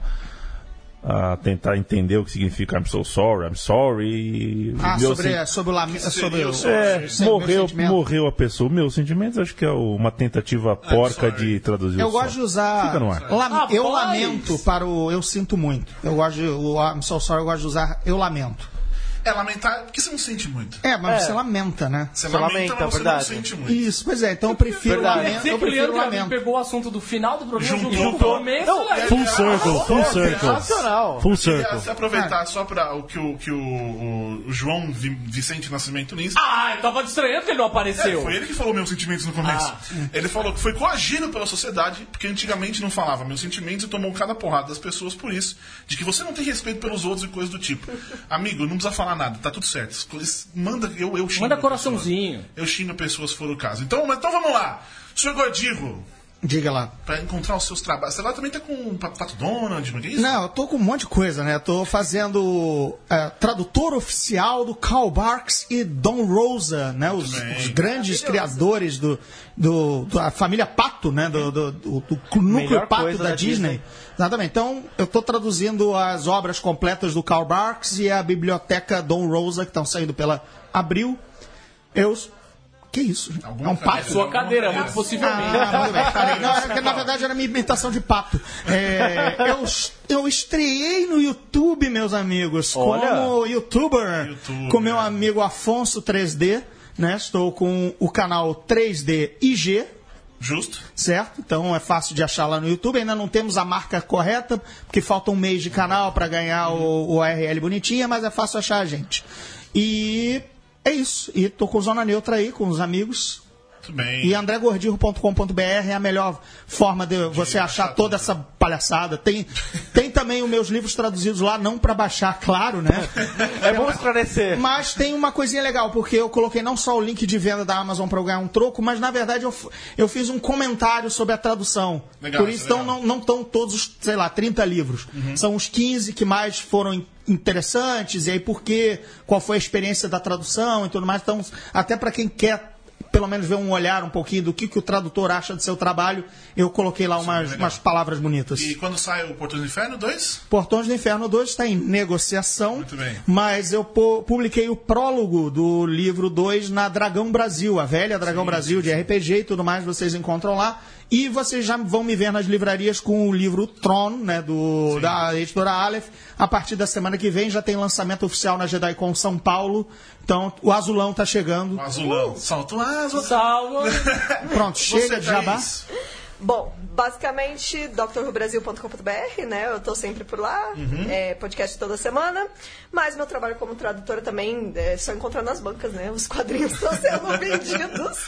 S2: a tentar entender o que significa I'm so sorry, I'm sorry.
S7: Ah,
S2: Meu
S5: Assim,
S7: sobre, sobre o lamento. Sobre
S4: seria
S7: o,
S4: o seu-
S2: É,
S7: Sim, meu
S2: morreu,
S7: sentimento.
S2: morreu a pessoa. Meus sentimentos acho que é uma tentativa porca
S4: sorry.
S2: de traduzir
S7: Eu
S2: o
S7: gosto de
S2: som.
S7: usar.
S2: Fica no ar.
S7: lam- eu
S1: Rapaz!
S7: lamento para o. Eu sinto muito. Eu gosto de. O I'm so sorry, eu gosto de usar. Eu lamento.
S4: É lamentar, porque você não sente muito.
S7: É, mas você lamenta, né?
S4: Você,
S3: Você
S4: lamenta,
S3: lamenta,
S4: mas você
S3: verdade.
S4: não sente muito.
S7: Isso, pois é, então eu prefiro
S3: Verdade.
S7: lamento. Eu
S1: Sempre o
S7: prefiro
S1: Leandro Amin
S7: lamento.
S1: pegou o assunto do final do programa,
S4: Juntou.
S1: juntou, com o começo. né?
S5: Full circle,
S7: É,
S5: full circle.
S3: Sensacional.
S5: Full
S4: Queria
S5: circle.
S4: se aproveitar só pra o que o, que o, o João Vi- Vicente Nascimento Lins.
S1: Ah, eu tava distraído que ele não
S5: É,
S1: apareceu.
S4: Foi ele que falou meus sentimentos no começo.
S1: Ah.
S4: Ele falou que foi coagido pela sociedade, porque antigamente não falava meus sentimentos e tomou cada porrada das pessoas por isso. De que você não tem respeito pelos outros e coisas do tipo. Amigo, não precisa falar nada, tá tudo certo. As coisas- Manda, eu, eu xingo.
S1: Manda
S4: a pessoa.
S1: coraçãozinho.
S4: Eu xingo a pessoa se for o caso. Então, mas, então vamos lá. Senhor Gordigo,
S7: Diga lá.
S4: pra encontrar os seus trabalhos. Você agora também tá com o Pa- Pato Donald, não é isso?
S7: Não, eu tô com um monte de coisa, né? Eu tô fazendo é, tradutor oficial do Karl Barks e Don Rosa, né? Os,
S4: bem.
S7: os grandes criadores do, do- da família Pato, né? Do, do- do- do núcleo
S3: Melhor
S7: Pato
S3: coisa
S7: da,
S3: da
S7: Disney.
S3: Disney.
S7: Exatamente. Então, eu tô traduzindo as obras completas do Karl Barks e a biblioteca Don Rosa, que estão saindo pela Abril. Eu... Que isso? gente?
S4: Alguma
S7: é um
S4: cadeira.
S7: pato?
S1: Sua cadeira, muito possivelmente.
S7: Ah, muito bem, falei. Não, era que, na verdade era minha imitação de pato. É, eu, es- eu estreiei no YouTube, meus amigos, como youtuber,
S4: Youtuber.
S7: com meu amigo Afonso 3D, né? Estou com o canal 3D IG,
S4: Justo.
S7: certo? Então é fácil de achar lá no YouTube. Ainda não temos a marca correta, porque falta um mês de canal para ganhar o, o URL bonitinha, mas é fácil achar a gente. E é isso. E tô com Zona Neutra aí, com os amigos.
S4: Muito bem.
S7: E andregordirro.com.br é a melhor forma de você achar toda essa palhaçada. Tem, tem também os meus livros traduzidos lá, não pra baixar, claro, né?
S3: É bom esclarecer.
S7: Mas tem uma coisinha legal, porque eu coloquei não só o link de venda da Amazon pra eu ganhar um troco, mas na verdade eu, f- eu fiz um comentário sobre a tradução.
S4: Legal,
S7: Por
S4: isso
S7: isso
S4: é
S7: então,
S4: legal. Uhum.
S7: não não estão todos os, sei lá, 30 livros. São os 15 que mais foram in- interessantes, e aí por quê, qual foi a experiência da tradução e tudo mais. Então, até para quem quer pelo menos ver um olhar um pouquinho do que, que o tradutor acha do seu trabalho, eu coloquei lá umas,
S4: é legal.
S7: umas palavras bonitas.
S4: E quando sai o Portões do Inferno 2?
S7: Portões do Inferno 2 está em negociação,
S4: Muito bem.
S7: mas eu pu- publiquei o prólogo do livro 2 na Dragão Brasil, a velha Dragão Brasil de RPG e tudo mais, vocês encontram lá. E vocês já vão me ver nas livrarias com o livro Trono, né, do, da editora Aleph. A partir da semana que vem já tem lançamento oficial na JediCon São Paulo. Então, o azulão tá chegando.
S4: O azulão. Solta o um,
S5: Ah.
S4: azul.
S1: Salva.
S7: Pronto, chega de
S4: tá
S7: jabá.
S6: Bom, basicamente, drrubrasil.com.br, né? Eu tô sempre por lá,
S7: Uhum.
S6: é, podcast toda semana. Mas meu trabalho como tradutora também é só encontrar nas bancas, né? Os quadrinhos estão sendo vendidos.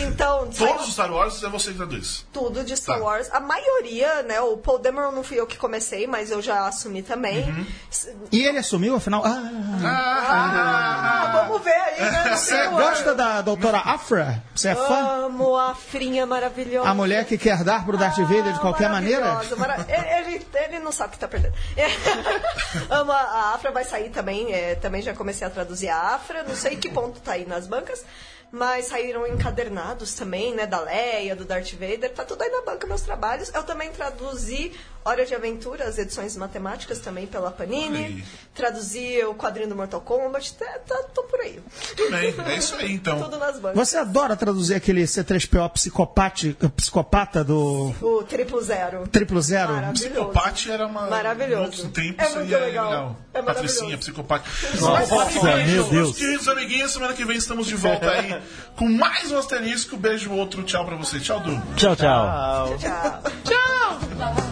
S6: Então,
S4: Todos os Star Wars é você que traduz.
S6: tudo de Star
S4: Tá.
S6: Wars. A maioria, né? O Paul Dameron não fui eu que comecei, mas
S7: Uhum.
S6: eu já assumi também. S-
S7: E ele assumiu, afinal. Ah,
S6: Ah, vamos Vamos ver aí, né?
S4: É,
S7: Você gosta da doutora Afra? Você é fã?
S6: Amo a frinha maravilhosa.
S7: A mulher que quer dar pro Darth Vader de qualquer maneira?
S6: maravilhosa, mara- Ele, ele- ele não sabe o que tá perdendo. É. Amo a, a Afra vai sair também. é, também já comecei a traduzir a Afra. Não sei que ponto tá aí nas bancas. Mas saíram encadernados também, né? Da Leia, do Darth Vader. Tá tudo aí na banca, meus trabalhos. Eu também traduzi Hora de Aventura, as edições matemáticas também pela Panini.
S4: Aí.
S6: Traduzi o quadrinho do Mortal Kombat. Tá, tá- tô por aí.
S4: Bem, é isso aí então.
S6: Tudo nas bancas.
S7: Você adora traduzir aquele C3PO psicopate, psicopata do
S6: O triplo zero.
S7: Triplo Zero?
S6: Maravilhoso.
S4: Psicopate era uma.
S6: Maravilhoso.
S4: Um tempo
S6: É
S4: isso aí
S6: muito
S4: era
S6: legal.
S4: legal.
S6: É maravilhoso.
S4: Patricinha, psicopate.
S5: Nossa, meu
S4: Meus
S5: Deus.
S4: queridos amiguinhos, semana que vem estamos de volta aí com mais um asterisco. Beijo, outro. Tchau pra você. Tchau, Du.
S5: Tchau, tchau.
S6: Tchau.
S8: Love.